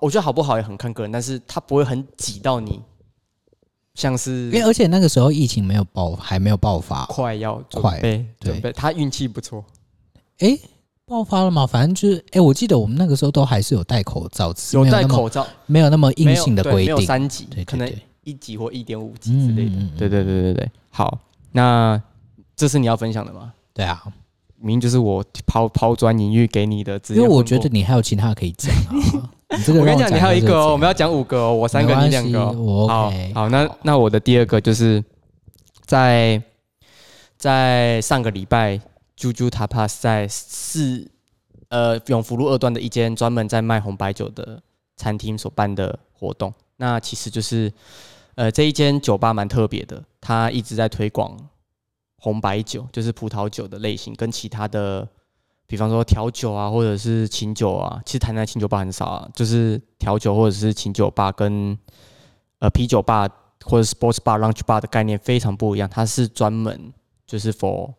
Speaker 1: 我觉得好不好也很看个人，但是它不会很挤到你，像是
Speaker 2: 因为而且那个时候疫情没有爆，还没有爆发，
Speaker 1: 快要准
Speaker 2: 快
Speaker 1: 备
Speaker 2: 对
Speaker 1: 准备，他运气不错，
Speaker 2: 诶，爆发了吗？反正就是，诶，我记得我们那个时候都还是有戴口罩，只是
Speaker 1: 有
Speaker 2: 没
Speaker 1: 戴
Speaker 2: 那么
Speaker 1: 口罩，
Speaker 2: 没有那么硬
Speaker 1: 没有
Speaker 2: 性的
Speaker 1: 对
Speaker 2: 规
Speaker 1: 没有
Speaker 2: 定，
Speaker 1: 三级
Speaker 2: 对对，
Speaker 1: 可能
Speaker 2: 对
Speaker 1: 一级或一点五级之类的。
Speaker 2: 嗯嗯嗯
Speaker 1: 对对对对对，好，那这是你要分享的吗？
Speaker 2: 对啊，
Speaker 1: 明明就是我抛抛砖引玉给你的职
Speaker 2: 因
Speaker 1: 业
Speaker 2: 为
Speaker 1: 混过，
Speaker 2: 我觉得你还有其他可以讲
Speaker 1: *laughs*
Speaker 2: 啊，你这个
Speaker 1: 我跟
Speaker 2: 让
Speaker 1: 你讲，你还有一个哦，我们
Speaker 2: 要
Speaker 1: 要讲五个哦，我三个，你两个哦。
Speaker 2: 我
Speaker 1: 好
Speaker 2: OK，
Speaker 1: 好，那那我的第二个就是在在上个礼拜，猪猪塔帕斯在四呃永福路二段的一间专门在卖红白酒的餐厅所办的活动。那其实就是呃这一间酒吧蛮特别的，它一直在推广红白酒，就是葡萄酒的类型，跟其他的。比方说调酒啊，或者是琴酒啊，其实台南的琴酒吧很少啊，就是调酒或者是琴酒吧跟呃啤酒吧或者 sports bar、lunch bar 的概念非常不一样，它是专门就是 for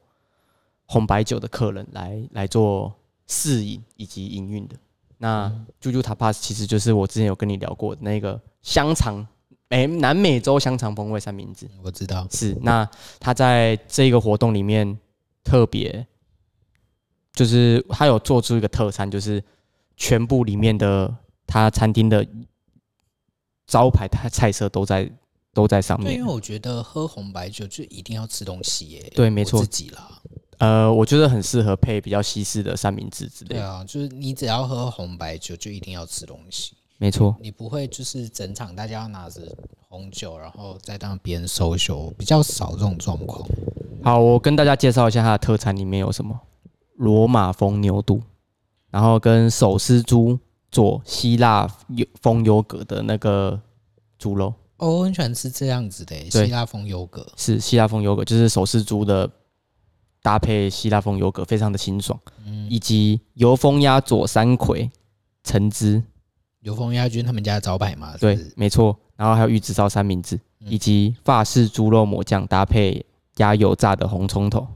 Speaker 1: 红白酒的客人来来做试饮以及营运的。那啾啾塔帕斯其实就是我之前有跟你聊过的那个香肠，诶、南美洲香肠风味三明治。
Speaker 2: 我知道，
Speaker 1: 是，那他在这个活动里面特别，就是他有做出一个特餐，就是全部里面的他餐厅的招牌菜菜色都在都在上
Speaker 2: 对，因
Speaker 1: 面
Speaker 2: 为。我觉得喝红白酒就一定要吃东西耶，
Speaker 1: 对，没
Speaker 2: 我
Speaker 1: 错
Speaker 2: 自。己啦，
Speaker 1: 呃，我觉得很适合配比较西式的三明治之类
Speaker 2: 对
Speaker 1: 的。
Speaker 2: 啊，就是你只要喝红白酒就一定要吃东西，
Speaker 1: 没错，
Speaker 2: 你不会就是整场大家要拿着红酒，然后再让别人收酒，比较少这种状况。
Speaker 1: 好，我跟大家介绍一下它的特产里面有什么：罗马风牛肚，然后跟手撕猪做希腊风优格的那个猪肉，
Speaker 2: 哦，我很喜欢吃这样子的耶
Speaker 1: 对
Speaker 2: 希腊风优格，
Speaker 1: 是希腊风优格，就是手撕猪的搭配希腊风优格，非常的清爽，以及油封鸭佐山葵橙汁，
Speaker 2: 油封鸭君他们家的招牌嘛，是不
Speaker 1: 对
Speaker 2: 是，嗯
Speaker 1: 没错，然后还有玉子烧三明治，以及法式猪肉抹酱搭配鸭油炸的红葱头。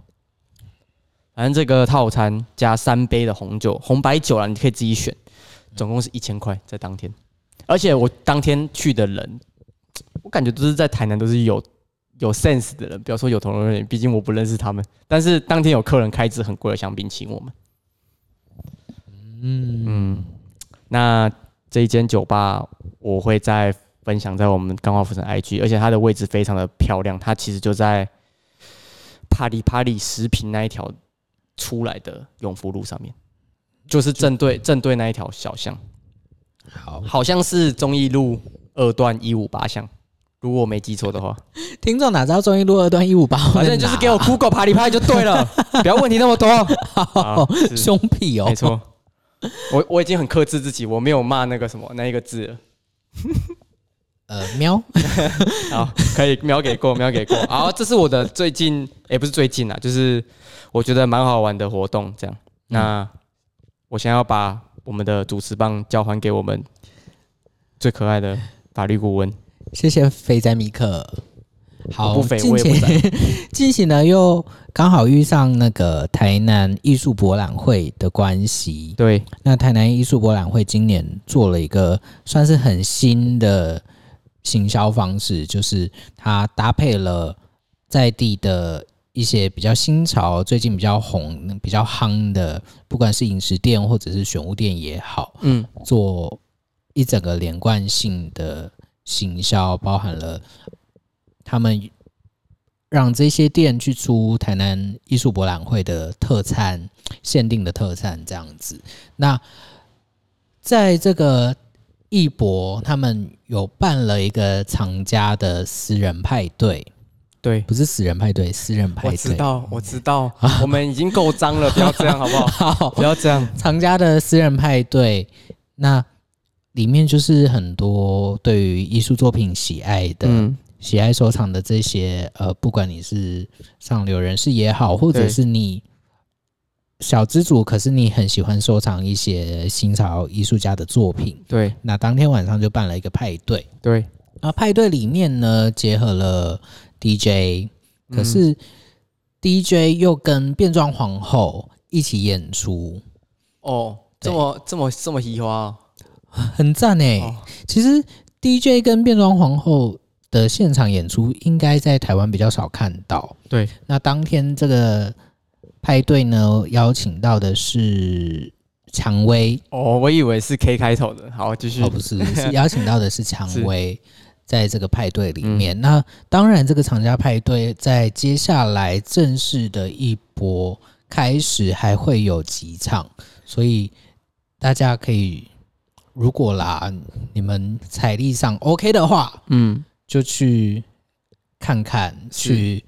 Speaker 1: 反正这个套餐加三杯的红酒、红白酒啦，你可以自己
Speaker 2: 嗯
Speaker 1: 选，总共是一千块在当天。而且我当天去的人，我感觉都是在台南都是有有 sense 的人，不要说有同路人，毕竟我不认识他们。但是当天有客人开支很贵的香槟请我们。嗯那这一间酒吧我会在分享在我们钢化浮城 IG，而且它的位置非常的漂亮，它其实就在帕里帕里食品那一条出来的永福路上面，就是正对正对那一条小巷，
Speaker 2: 好，
Speaker 1: 好像是中义路二段一五八巷，如果我没记错的话，
Speaker 2: 听众哪知道中一路二段一五八，
Speaker 1: 反正就是给我 Google 帕里帕里就对 *laughs* 了，不要问题那么多。啊 *laughs* 是
Speaker 2: 胸屁哦
Speaker 1: 没，错，我我已经很克制自己，我没有骂那个什么那一个字了。
Speaker 2: 呃，喵，
Speaker 1: 好，可以秒给过，秒给过。好，这是我的最近，也、不是最近啦，啊就是我觉得蛮好玩的活动。这样，
Speaker 2: 嗯
Speaker 1: 那我想要把我们的主持棒交还给我们最可爱的法律顾问。
Speaker 2: 谢谢肥仔米克。
Speaker 1: 我
Speaker 2: 好，
Speaker 1: 不肥，
Speaker 2: 近
Speaker 1: 我也不
Speaker 2: 期
Speaker 1: 宅。
Speaker 2: *laughs* 近期呢又刚好遇上那个台南艺术博览会的关系，
Speaker 1: 对，
Speaker 2: 那台南艺术博览会今年做了一个算是很新的行销方式，就是它搭配了在地的一些比较新潮、最近比较红、比较夯的，不管是饮食店或者是选物店也好，
Speaker 1: 嗯，
Speaker 2: 做一整个连贯性的行销，包含了他们让这些店去出台南艺术博览会的特餐、限定的特餐这样子。那在这个艺博他们有办了一个藏家的私人派对，
Speaker 1: 对，
Speaker 2: 不是私人派对，私人派
Speaker 1: 我
Speaker 2: 对。
Speaker 1: 知道，我知道，我们已经够脏
Speaker 2: *laughs*
Speaker 1: 了，不要这样好不好？
Speaker 2: 好，
Speaker 1: 不要这样，
Speaker 2: 藏家的私人派对，那里面就是很多对于艺术作品喜爱的、
Speaker 1: 嗯，
Speaker 2: 喜爱收藏的这些呃，不管你是上流人士也好，或者
Speaker 1: 对
Speaker 2: 是你小资主，可是你很喜欢收藏一些新潮艺术家的作品，
Speaker 1: 对
Speaker 2: 那当天晚上就办了一个派对。
Speaker 1: 对，
Speaker 2: 然后派对里面呢，结合了 DJ，
Speaker 1: 嗯
Speaker 2: 可是 DJ 又跟变装皇后一起演出，
Speaker 1: 哦，这
Speaker 2: 对
Speaker 1: 么这么这么移花哦，
Speaker 2: 很赞哎、
Speaker 1: 哦
Speaker 2: 其实 DJ 跟变装皇后的现场演出，应该在台湾比较少看到。
Speaker 1: 对，
Speaker 2: 那当天这个派对呢，邀请到的是蔷薇，
Speaker 1: 哦，我以为是 K 开头的，好，继续
Speaker 2: 哦，，不是，
Speaker 1: *laughs*
Speaker 2: 是邀请到的是蔷
Speaker 1: 嗯是嗯
Speaker 2: 薇，在这个派对里面。那当然，这个厂家派对在接下来正式的一波开始还会有几场，所以大家可以，如果啦，你们财力上 OK 的话，
Speaker 1: 嗯，
Speaker 2: 就去看看，
Speaker 1: 是
Speaker 2: 去，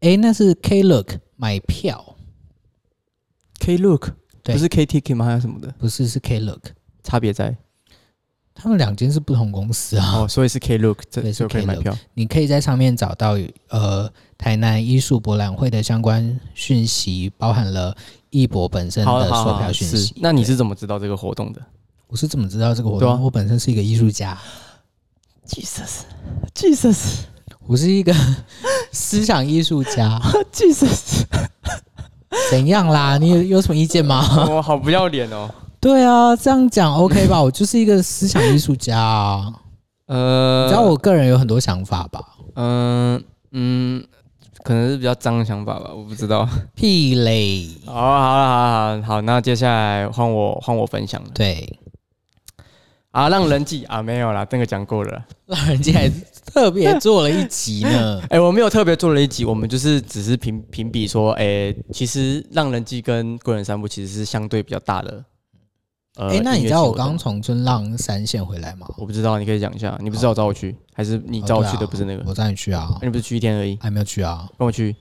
Speaker 2: 诶，那是 K Look 买票，
Speaker 1: K Look，
Speaker 2: 对
Speaker 1: 不是 K Ticket 吗？还有什么的
Speaker 2: 不是是 K Look，
Speaker 1: 差别在？
Speaker 2: 他们两间是不同公司啊。
Speaker 1: 哦，所以是 K Look，这
Speaker 2: 对是
Speaker 1: 就可以买
Speaker 2: Klook
Speaker 1: 票。
Speaker 2: 你可以在上面找到呃台南艺术博览会的相关讯息，包含了艺博本身
Speaker 1: 好
Speaker 2: 的
Speaker 1: 好
Speaker 2: 售
Speaker 1: 好，
Speaker 2: 票讯
Speaker 1: 是
Speaker 2: 息。。
Speaker 1: 那你
Speaker 2: 对
Speaker 1: 是怎么知道这个活动
Speaker 2: *laughs*
Speaker 1: 的
Speaker 2: 我是怎么知道这个活
Speaker 1: 对
Speaker 2: 动？
Speaker 1: 啊
Speaker 2: 我本身是一个艺术家，
Speaker 1: ？Jesus，Jesus，Jesus，
Speaker 2: 我是一个 *laughs* 思想艺术
Speaker 1: *laughs*
Speaker 2: 家，怎样啦？你有有什么意
Speaker 1: *laughs*
Speaker 2: 见吗？
Speaker 1: 我好不要脸哦。
Speaker 2: 对啊，这样讲 OK 吧？我就是一个思想艺术家啊，
Speaker 1: 呃，
Speaker 2: 只要我个人有很多想法吧。
Speaker 1: 嗯嗯，可能是比较脏的想法吧，我不知 *laughs* 道。
Speaker 2: 屁嘞，
Speaker 1: 好，哦好了，好了，好，好，那接下来换我换我分享了
Speaker 2: 对，
Speaker 1: 啊，让人记啊，没有啦，那个讲过了啦。
Speaker 2: 让人家还特别做了一集
Speaker 1: *laughs*
Speaker 2: 呢。
Speaker 1: 哎、我没有特别做了一集，我们就是只是评评比说，哎、其实让人记跟贵人散步其实是相对比较大的。呃
Speaker 2: 哎、那
Speaker 1: 音
Speaker 2: 你
Speaker 1: 乐
Speaker 2: 知道
Speaker 1: 性
Speaker 2: 我
Speaker 1: 活动
Speaker 2: 刚从春浪三线回来吗？
Speaker 1: 我不知道，你可以讲一下。你不知道我找我去，还是你
Speaker 2: 哦
Speaker 1: 找我
Speaker 2: 对啊
Speaker 1: 去的不是那个？哎
Speaker 2: 我带你去啊
Speaker 1: 那，你不是去一天而已，
Speaker 2: 还没有去啊？
Speaker 1: 跟我去，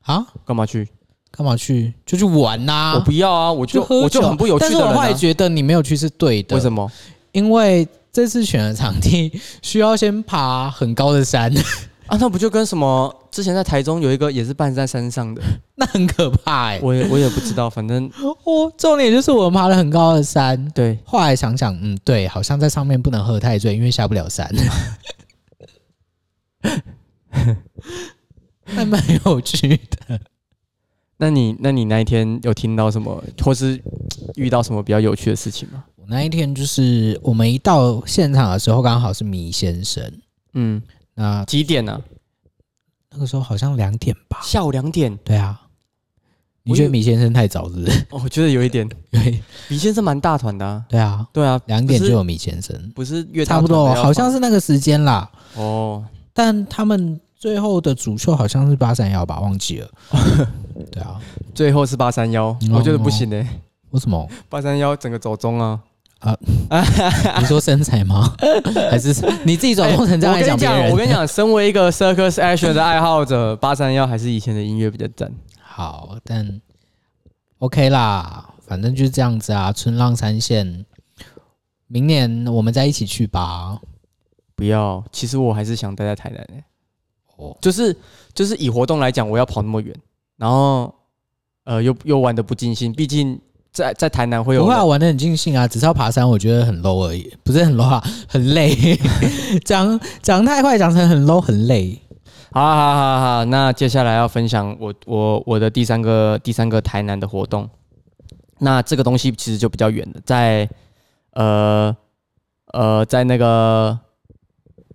Speaker 2: 啊，
Speaker 1: 干嘛去？
Speaker 2: 干嘛去？就去玩呐、
Speaker 1: 我不要啊，我就
Speaker 2: 喝酒
Speaker 1: 我就很不有趣
Speaker 2: 但
Speaker 1: 的
Speaker 2: 是
Speaker 1: 人、
Speaker 2: 我
Speaker 1: 啊。
Speaker 2: 后来觉得你没有去是对的，
Speaker 1: 为什
Speaker 2: 么？
Speaker 1: 么？
Speaker 2: 因为这次选的场地需要先爬很高的山， *laughs*
Speaker 1: 啊，那不就跟什么之前在台中有一个也是办在山上的，
Speaker 2: 那很可怕哎、
Speaker 1: 我也我也不知道，反正
Speaker 2: 我重点就是我爬了很高的山，
Speaker 1: 对
Speaker 2: 后来想想，嗯，对，好像在上面不能喝太醉，因为下不了山。 *laughs* 还蛮有趣的，
Speaker 1: 那你那你那一天有听到什么，或是遇到什么比较有趣的事情吗？
Speaker 2: 我那一天就是我们一到现场的时候，刚好是米先生。
Speaker 1: 嗯，
Speaker 2: 那
Speaker 1: 几点啊呢、
Speaker 2: 那个时候好像两点吧
Speaker 1: 啊？？下午两点、
Speaker 2: 对啊，你
Speaker 1: 我
Speaker 2: 觉得
Speaker 1: 以为
Speaker 2: 米先生太早是不是？ *laughs*
Speaker 1: 哦，我觉得有一点。
Speaker 2: 对
Speaker 1: 米先生蛮大团的、啊，
Speaker 2: 对啊，
Speaker 1: 对啊，
Speaker 2: 两点就有米先生，
Speaker 1: 不是越大
Speaker 2: 差不
Speaker 1: 团
Speaker 2: 多，
Speaker 1: 的要
Speaker 2: 好像是那个时间啦。
Speaker 1: 放哦，
Speaker 2: 但他们最后的主秀好像是八三幺吧，忘记
Speaker 1: *laughs*
Speaker 2: 了。对啊，
Speaker 1: 最后是八三幺，我觉得不行哎、
Speaker 2: 为什么？
Speaker 1: 八三幺整个走中啊！
Speaker 2: 你说身材
Speaker 1: *laughs*
Speaker 2: 吗？还是你自己转动成这样
Speaker 1: 哎
Speaker 2: 来
Speaker 1: 我跟
Speaker 2: 讲
Speaker 1: 你
Speaker 2: 别
Speaker 1: 讲，
Speaker 2: 人？
Speaker 1: 我跟你讲， *laughs* 身为一个 circus action 的爱好者，八三幺还是以前的音乐比较赞。
Speaker 2: 好，但 OK 啦，反正就是这样子啊。春浪三线，明年我们再一起去吧。
Speaker 1: 不要，其实我还是想待在台南、欸。
Speaker 2: 哦，
Speaker 1: 就是就是以活动来讲，我要跑那么远，然后呃又又玩的不尽兴，毕竟在在台南会有
Speaker 2: 不会啊，玩的很尽兴啊，只是要爬山，我觉得很 low 而已，不是很 low 啊，很累。 *laughs* 讲讲太快，讲成很 low，很累。
Speaker 1: 好好好好，那接下来要分享我我我的第三个第三个台南的活动。那这个东西其实就比较远的，在呃呃，在那个、哦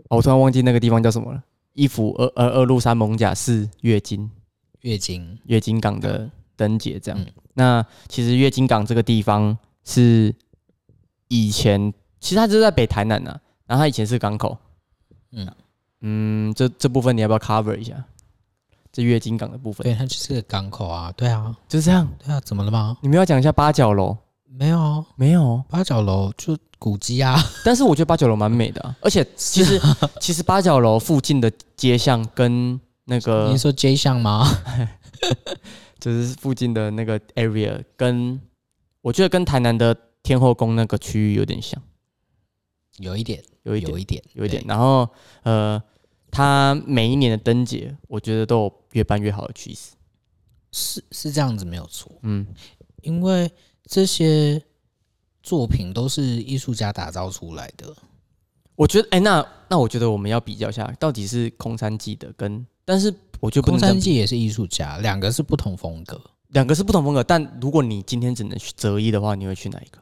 Speaker 1: 我突然忘记那个地方叫什么了。衣服二二二路山蒙甲是月经
Speaker 2: 月经，
Speaker 1: 月经港的灯节这样。
Speaker 2: 嗯
Speaker 1: 那其实月经港这个地方是以前，其实它就是在北台南呐、啊，然后它以前是港口。
Speaker 2: 嗯
Speaker 1: 嗯，这这部分你要不要 cover 一下？这月经港的部分
Speaker 2: 对，它就是个港口啊，对啊，
Speaker 1: 就是这样。
Speaker 2: 对啊，怎么了吗？
Speaker 1: 你们要讲一下八角楼
Speaker 2: 没有啊
Speaker 1: 没有，
Speaker 2: 八角楼就古迹 *laughs* 啊，
Speaker 1: 但是我觉得八角楼蛮美
Speaker 2: 嗯
Speaker 1: 的啊、而且其
Speaker 2: *laughs*
Speaker 1: 实其实八角楼附近的街巷跟那个
Speaker 2: 你说 J 巷吗？
Speaker 1: 就是附近的那个 area，跟我觉得跟台南的天后宫那个区域有点像，
Speaker 2: 有一点，
Speaker 1: 有一点
Speaker 2: 有一点，
Speaker 1: 有一点。然后呃，它每一年的灯节，我觉得都有越办越好的趋势。
Speaker 2: 是是这样子没有错，
Speaker 1: 嗯，
Speaker 2: 因为这些作品都是艺术家打造出来的。
Speaker 1: 我觉得哎、那那我觉得我们要比较一下，到底是空山记的跟，但是我觉得不
Speaker 2: 空
Speaker 1: 能这样
Speaker 2: 山
Speaker 1: 比
Speaker 2: 记也是艺术家，两个是不同风格。
Speaker 1: 两个是不同风格，但如果你今天只能去择一的话，你会去哪一个？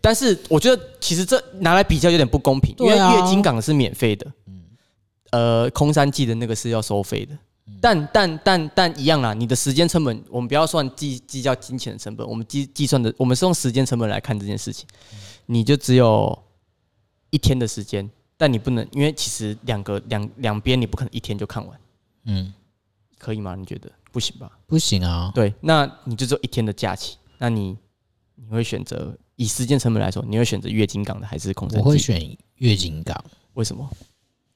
Speaker 1: 但是我觉得其实这拿来比较有点不公平，因为
Speaker 2: 对啊嗯
Speaker 1: 月经港是免费的，呃，空山记的那个是要收费的，
Speaker 2: 嗯
Speaker 1: 但但但但一样啦，你的时间成本，我们不要算计计较金钱的成本，我们计计算的，我们是用时间成本来看这件事情，
Speaker 2: 嗯
Speaker 1: 你就只有一天的时间，但你不能，因为其实两个两两边你不可能一天就看完，
Speaker 2: 嗯，
Speaker 1: 可以吗？你觉得不行吧？
Speaker 2: 不行啊，
Speaker 1: 对，那你就只有一天的假期，那你你会选择以时间成本来说，你会选择月经港的还是空山？
Speaker 2: 我会，选月景港。
Speaker 1: 为什么？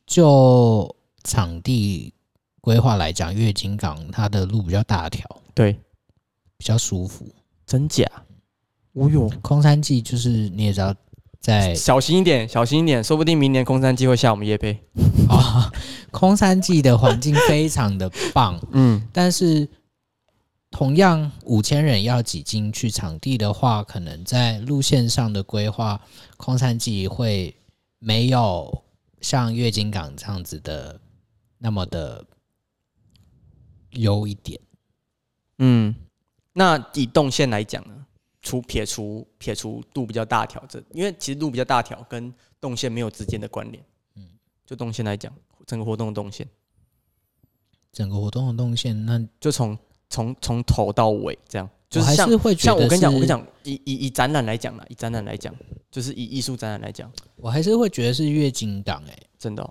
Speaker 2: 就场地规划来讲，月景港它的路比较大条，
Speaker 1: 对，
Speaker 2: 比较舒服。
Speaker 1: 真假？
Speaker 2: 哦
Speaker 1: 无哟，
Speaker 2: 空山记就是你也知道在，
Speaker 1: 哎小心一点，小心一点，说不定明年空山机会下我们叶配。
Speaker 2: 啊、空山记的环境非常的棒，
Speaker 1: *laughs* 嗯，
Speaker 2: 但是同样五千人要挤进去场地的话，可能在路线上的规划，空山记会没有像月经港这样子的那么的优一点。
Speaker 1: 嗯，那以动线来讲呢，除撇除撇除路比较大条这，因为其实路比较大条跟动线没有直接的关联。嗯，就动线来讲，整个活动的动线，
Speaker 2: 整个活动的动线，那
Speaker 1: 就从从从头到尾这样，就
Speaker 2: 我
Speaker 1: 是
Speaker 2: 还
Speaker 1: 像
Speaker 2: 是会觉
Speaker 1: 像
Speaker 2: 得，
Speaker 1: 我跟你讲，我跟你，讲，以以以展览来讲啦，以展览来讲，就是以艺术展览来讲，
Speaker 2: 我还是会觉得是月经港哎、
Speaker 1: 真的哦、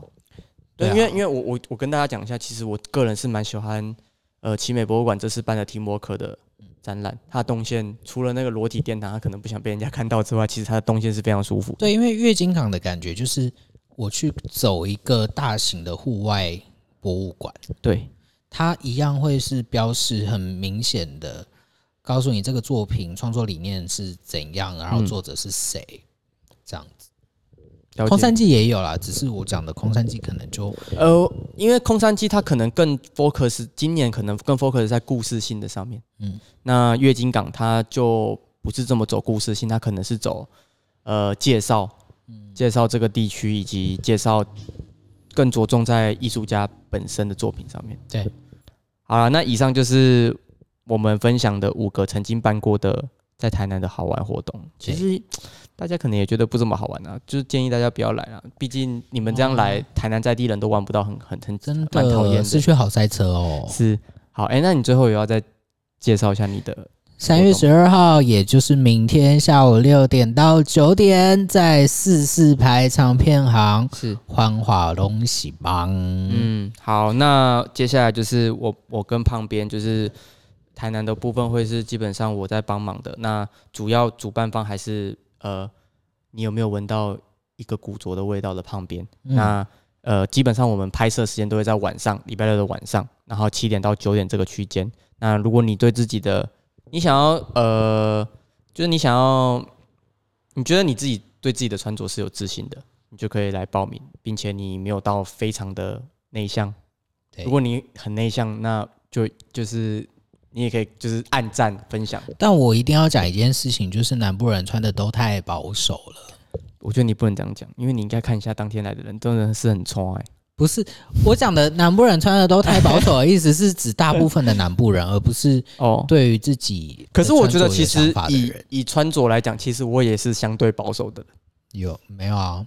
Speaker 1: 对，
Speaker 2: 对啊
Speaker 1: 因为因为我我我跟大家讲一下，其实我个人是蛮喜欢呃奇美博物馆这次办的提摩克的展览，它的动线除了那个裸体殿堂，它可能不想被人家看到之外，其实它的动线是非常舒服的。
Speaker 2: 对，因为月经港的感觉就是我去走一个大型的户外博物馆，
Speaker 1: 对，
Speaker 2: 它一样会是标示很明显的，告诉你这个作品创作理念是怎样，然后
Speaker 1: 嗯
Speaker 2: 作者是谁。这样子，
Speaker 1: 了
Speaker 2: 空
Speaker 1: 解。
Speaker 2: 山记也有啦，只是我讲的空山记可能就
Speaker 1: 呃，因为空山鸡它可能更 focus，今年可能更 focus 在故事性的上面。
Speaker 2: 嗯
Speaker 1: 嗯，那月经港它就不是这么走故事性，它可能是走呃介绍，
Speaker 2: 嗯
Speaker 1: 介绍这个地区以及介绍更着重在艺术家本身的作品上面。
Speaker 2: 对，
Speaker 1: 好了，那以上就是我们分享的五个曾经办过的在台南的好玩活动。其实大家可能也觉得不怎么好玩啊，就是建议大家不要来啊，毕竟你们这样来，台南在地人都玩不到很很很
Speaker 2: 真
Speaker 1: 蛮讨厌
Speaker 2: 的
Speaker 1: 的
Speaker 2: 失去好塞车哦。
Speaker 1: 是好，哎、那你最后也要再介绍一下你的
Speaker 2: 三
Speaker 1: 活
Speaker 2: 月
Speaker 1: 动
Speaker 2: 十二号，也就是明天下午六点到九点，在四四牌唱片行
Speaker 1: 是，
Speaker 2: 欢华龙喜帮。
Speaker 1: 嗯，好，那接下来就是我我跟胖边就是台南的部分会是基本上我在帮忙的，那主要主办方还是呃，你有没有闻到一个古着的味道的胖边？
Speaker 2: 嗯
Speaker 1: 那呃，基本上我们拍摄时间都会在晚上，礼拜六的晚上，然后七点到九点这个区间。那如果你对自己的，你想要呃，就是你想要，你觉得你自己对自己的穿着是有自信的，你就可以来报名，并且你没有到非常的内向。
Speaker 2: 对
Speaker 1: 如果你很内向，那就就是你也可以就是按赞分享。
Speaker 2: 但我一定要讲一件事情，就是南部人穿的都太保守了。
Speaker 1: 我觉得你不能这样讲，因为你应该看一下当天来的人，真的是很冲哎、
Speaker 2: 不是我讲的南部人穿的都太保守的意思，是指大部分的南部人，而不是
Speaker 1: 哦，
Speaker 2: 对于自己的
Speaker 1: 可是我觉得
Speaker 2: 穿着有
Speaker 1: 其实
Speaker 2: 想法的
Speaker 1: 以
Speaker 2: 人
Speaker 1: 以穿着来讲，其实我也是相对保守的人，
Speaker 2: 有没有啊？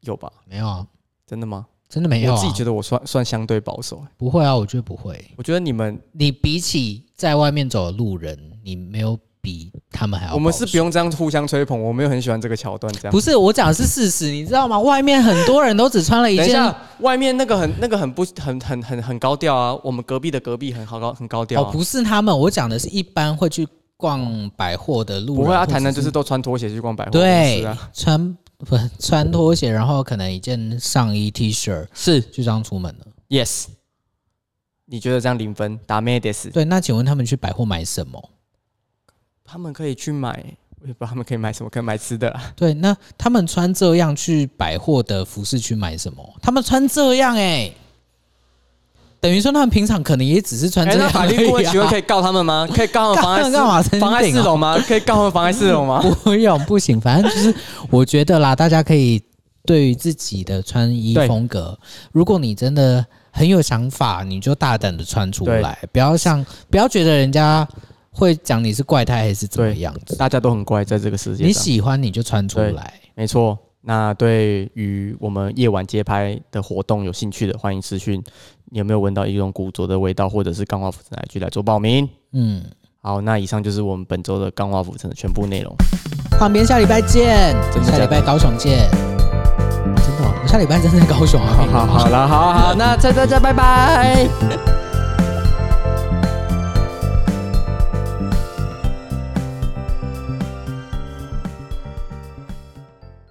Speaker 1: 有吧？
Speaker 2: 没有啊，
Speaker 1: 真的吗？
Speaker 2: 真的没有、啊。
Speaker 1: 我自己觉得我算算相对保守、欸
Speaker 2: 不会啊，我觉得不会。
Speaker 1: 我觉得你们
Speaker 2: 你比起在外面走的路人，你没有比他们还要保守。
Speaker 1: 我们是不用这样互相吹捧，我没有很喜欢这个桥段这样。
Speaker 2: 啊不是我讲的是事实，你知道吗？外面很多人都只穿了一啊
Speaker 1: 等一
Speaker 2: 件，
Speaker 1: 下，外面那个很那个很不很很很很高调啊，我们隔壁的隔壁很好高很高调、
Speaker 2: 哦
Speaker 1: 啊，
Speaker 2: 不是他们，我讲的是一般会去逛百货的路人，
Speaker 1: 不会啊，
Speaker 2: 或者
Speaker 1: 台南就是都穿拖鞋去逛百货公
Speaker 2: 对
Speaker 1: 司啊，
Speaker 2: 穿不穿拖鞋，然后可能一件上衣 T 恤
Speaker 1: 是
Speaker 2: 就这样出门了。
Speaker 1: yes。你觉得这样零分？打咩的是？
Speaker 2: 对，那请问他们去百货买什么？
Speaker 1: 他们可以去买，我也不知道他们可以买什么，可以买吃的啊啦。
Speaker 2: 对，那他们穿这样去百货的服饰区买什么？他们穿这样哎、等于说他们平常可能也只是穿
Speaker 1: 哎，
Speaker 2: 这
Speaker 1: 那
Speaker 2: 样
Speaker 1: 法
Speaker 2: 而
Speaker 1: 律顾问
Speaker 2: 已、
Speaker 1: 请问可
Speaker 2: 啊。
Speaker 1: 以告他们
Speaker 2: *laughs*
Speaker 1: 吗？可以告他们妨碍
Speaker 2: 告他们干嘛
Speaker 1: 四
Speaker 2: 神经
Speaker 1: 妨碍
Speaker 2: 病
Speaker 1: 四
Speaker 2: 啊
Speaker 1: 楼吗？可以告他们妨碍四楼吗？
Speaker 2: *laughs* 不用，不行，反正就是我觉得啦，大家可以对于自己的穿衣
Speaker 1: 对
Speaker 2: 风格，如果你真的很有想法，你就大胆的穿出
Speaker 1: 对
Speaker 2: 来，不要像不要觉得人家会讲你是怪胎还是怎么
Speaker 1: 对
Speaker 2: 样子，
Speaker 1: 大家都很乖，在这个世界
Speaker 2: 你
Speaker 1: 上，
Speaker 2: 喜欢你就穿出
Speaker 1: 对
Speaker 2: 来。
Speaker 1: 没错。那对于我们夜晚街拍的活动有兴趣的，欢迎私讯。你有没有闻到一种古着的味道，或者是钢化浮尘来去来做报名？
Speaker 2: 嗯，
Speaker 1: 好，那以上就是我们本周的钢化浮尘的全部内容。
Speaker 2: 旁边下礼拜见，
Speaker 1: 真的
Speaker 2: 下
Speaker 1: 假
Speaker 2: 礼
Speaker 1: 的
Speaker 2: 拜高雄见。真的、哦，我下礼拜真的在高雄啊。
Speaker 1: 好好好了，好好，那再大家拜拜。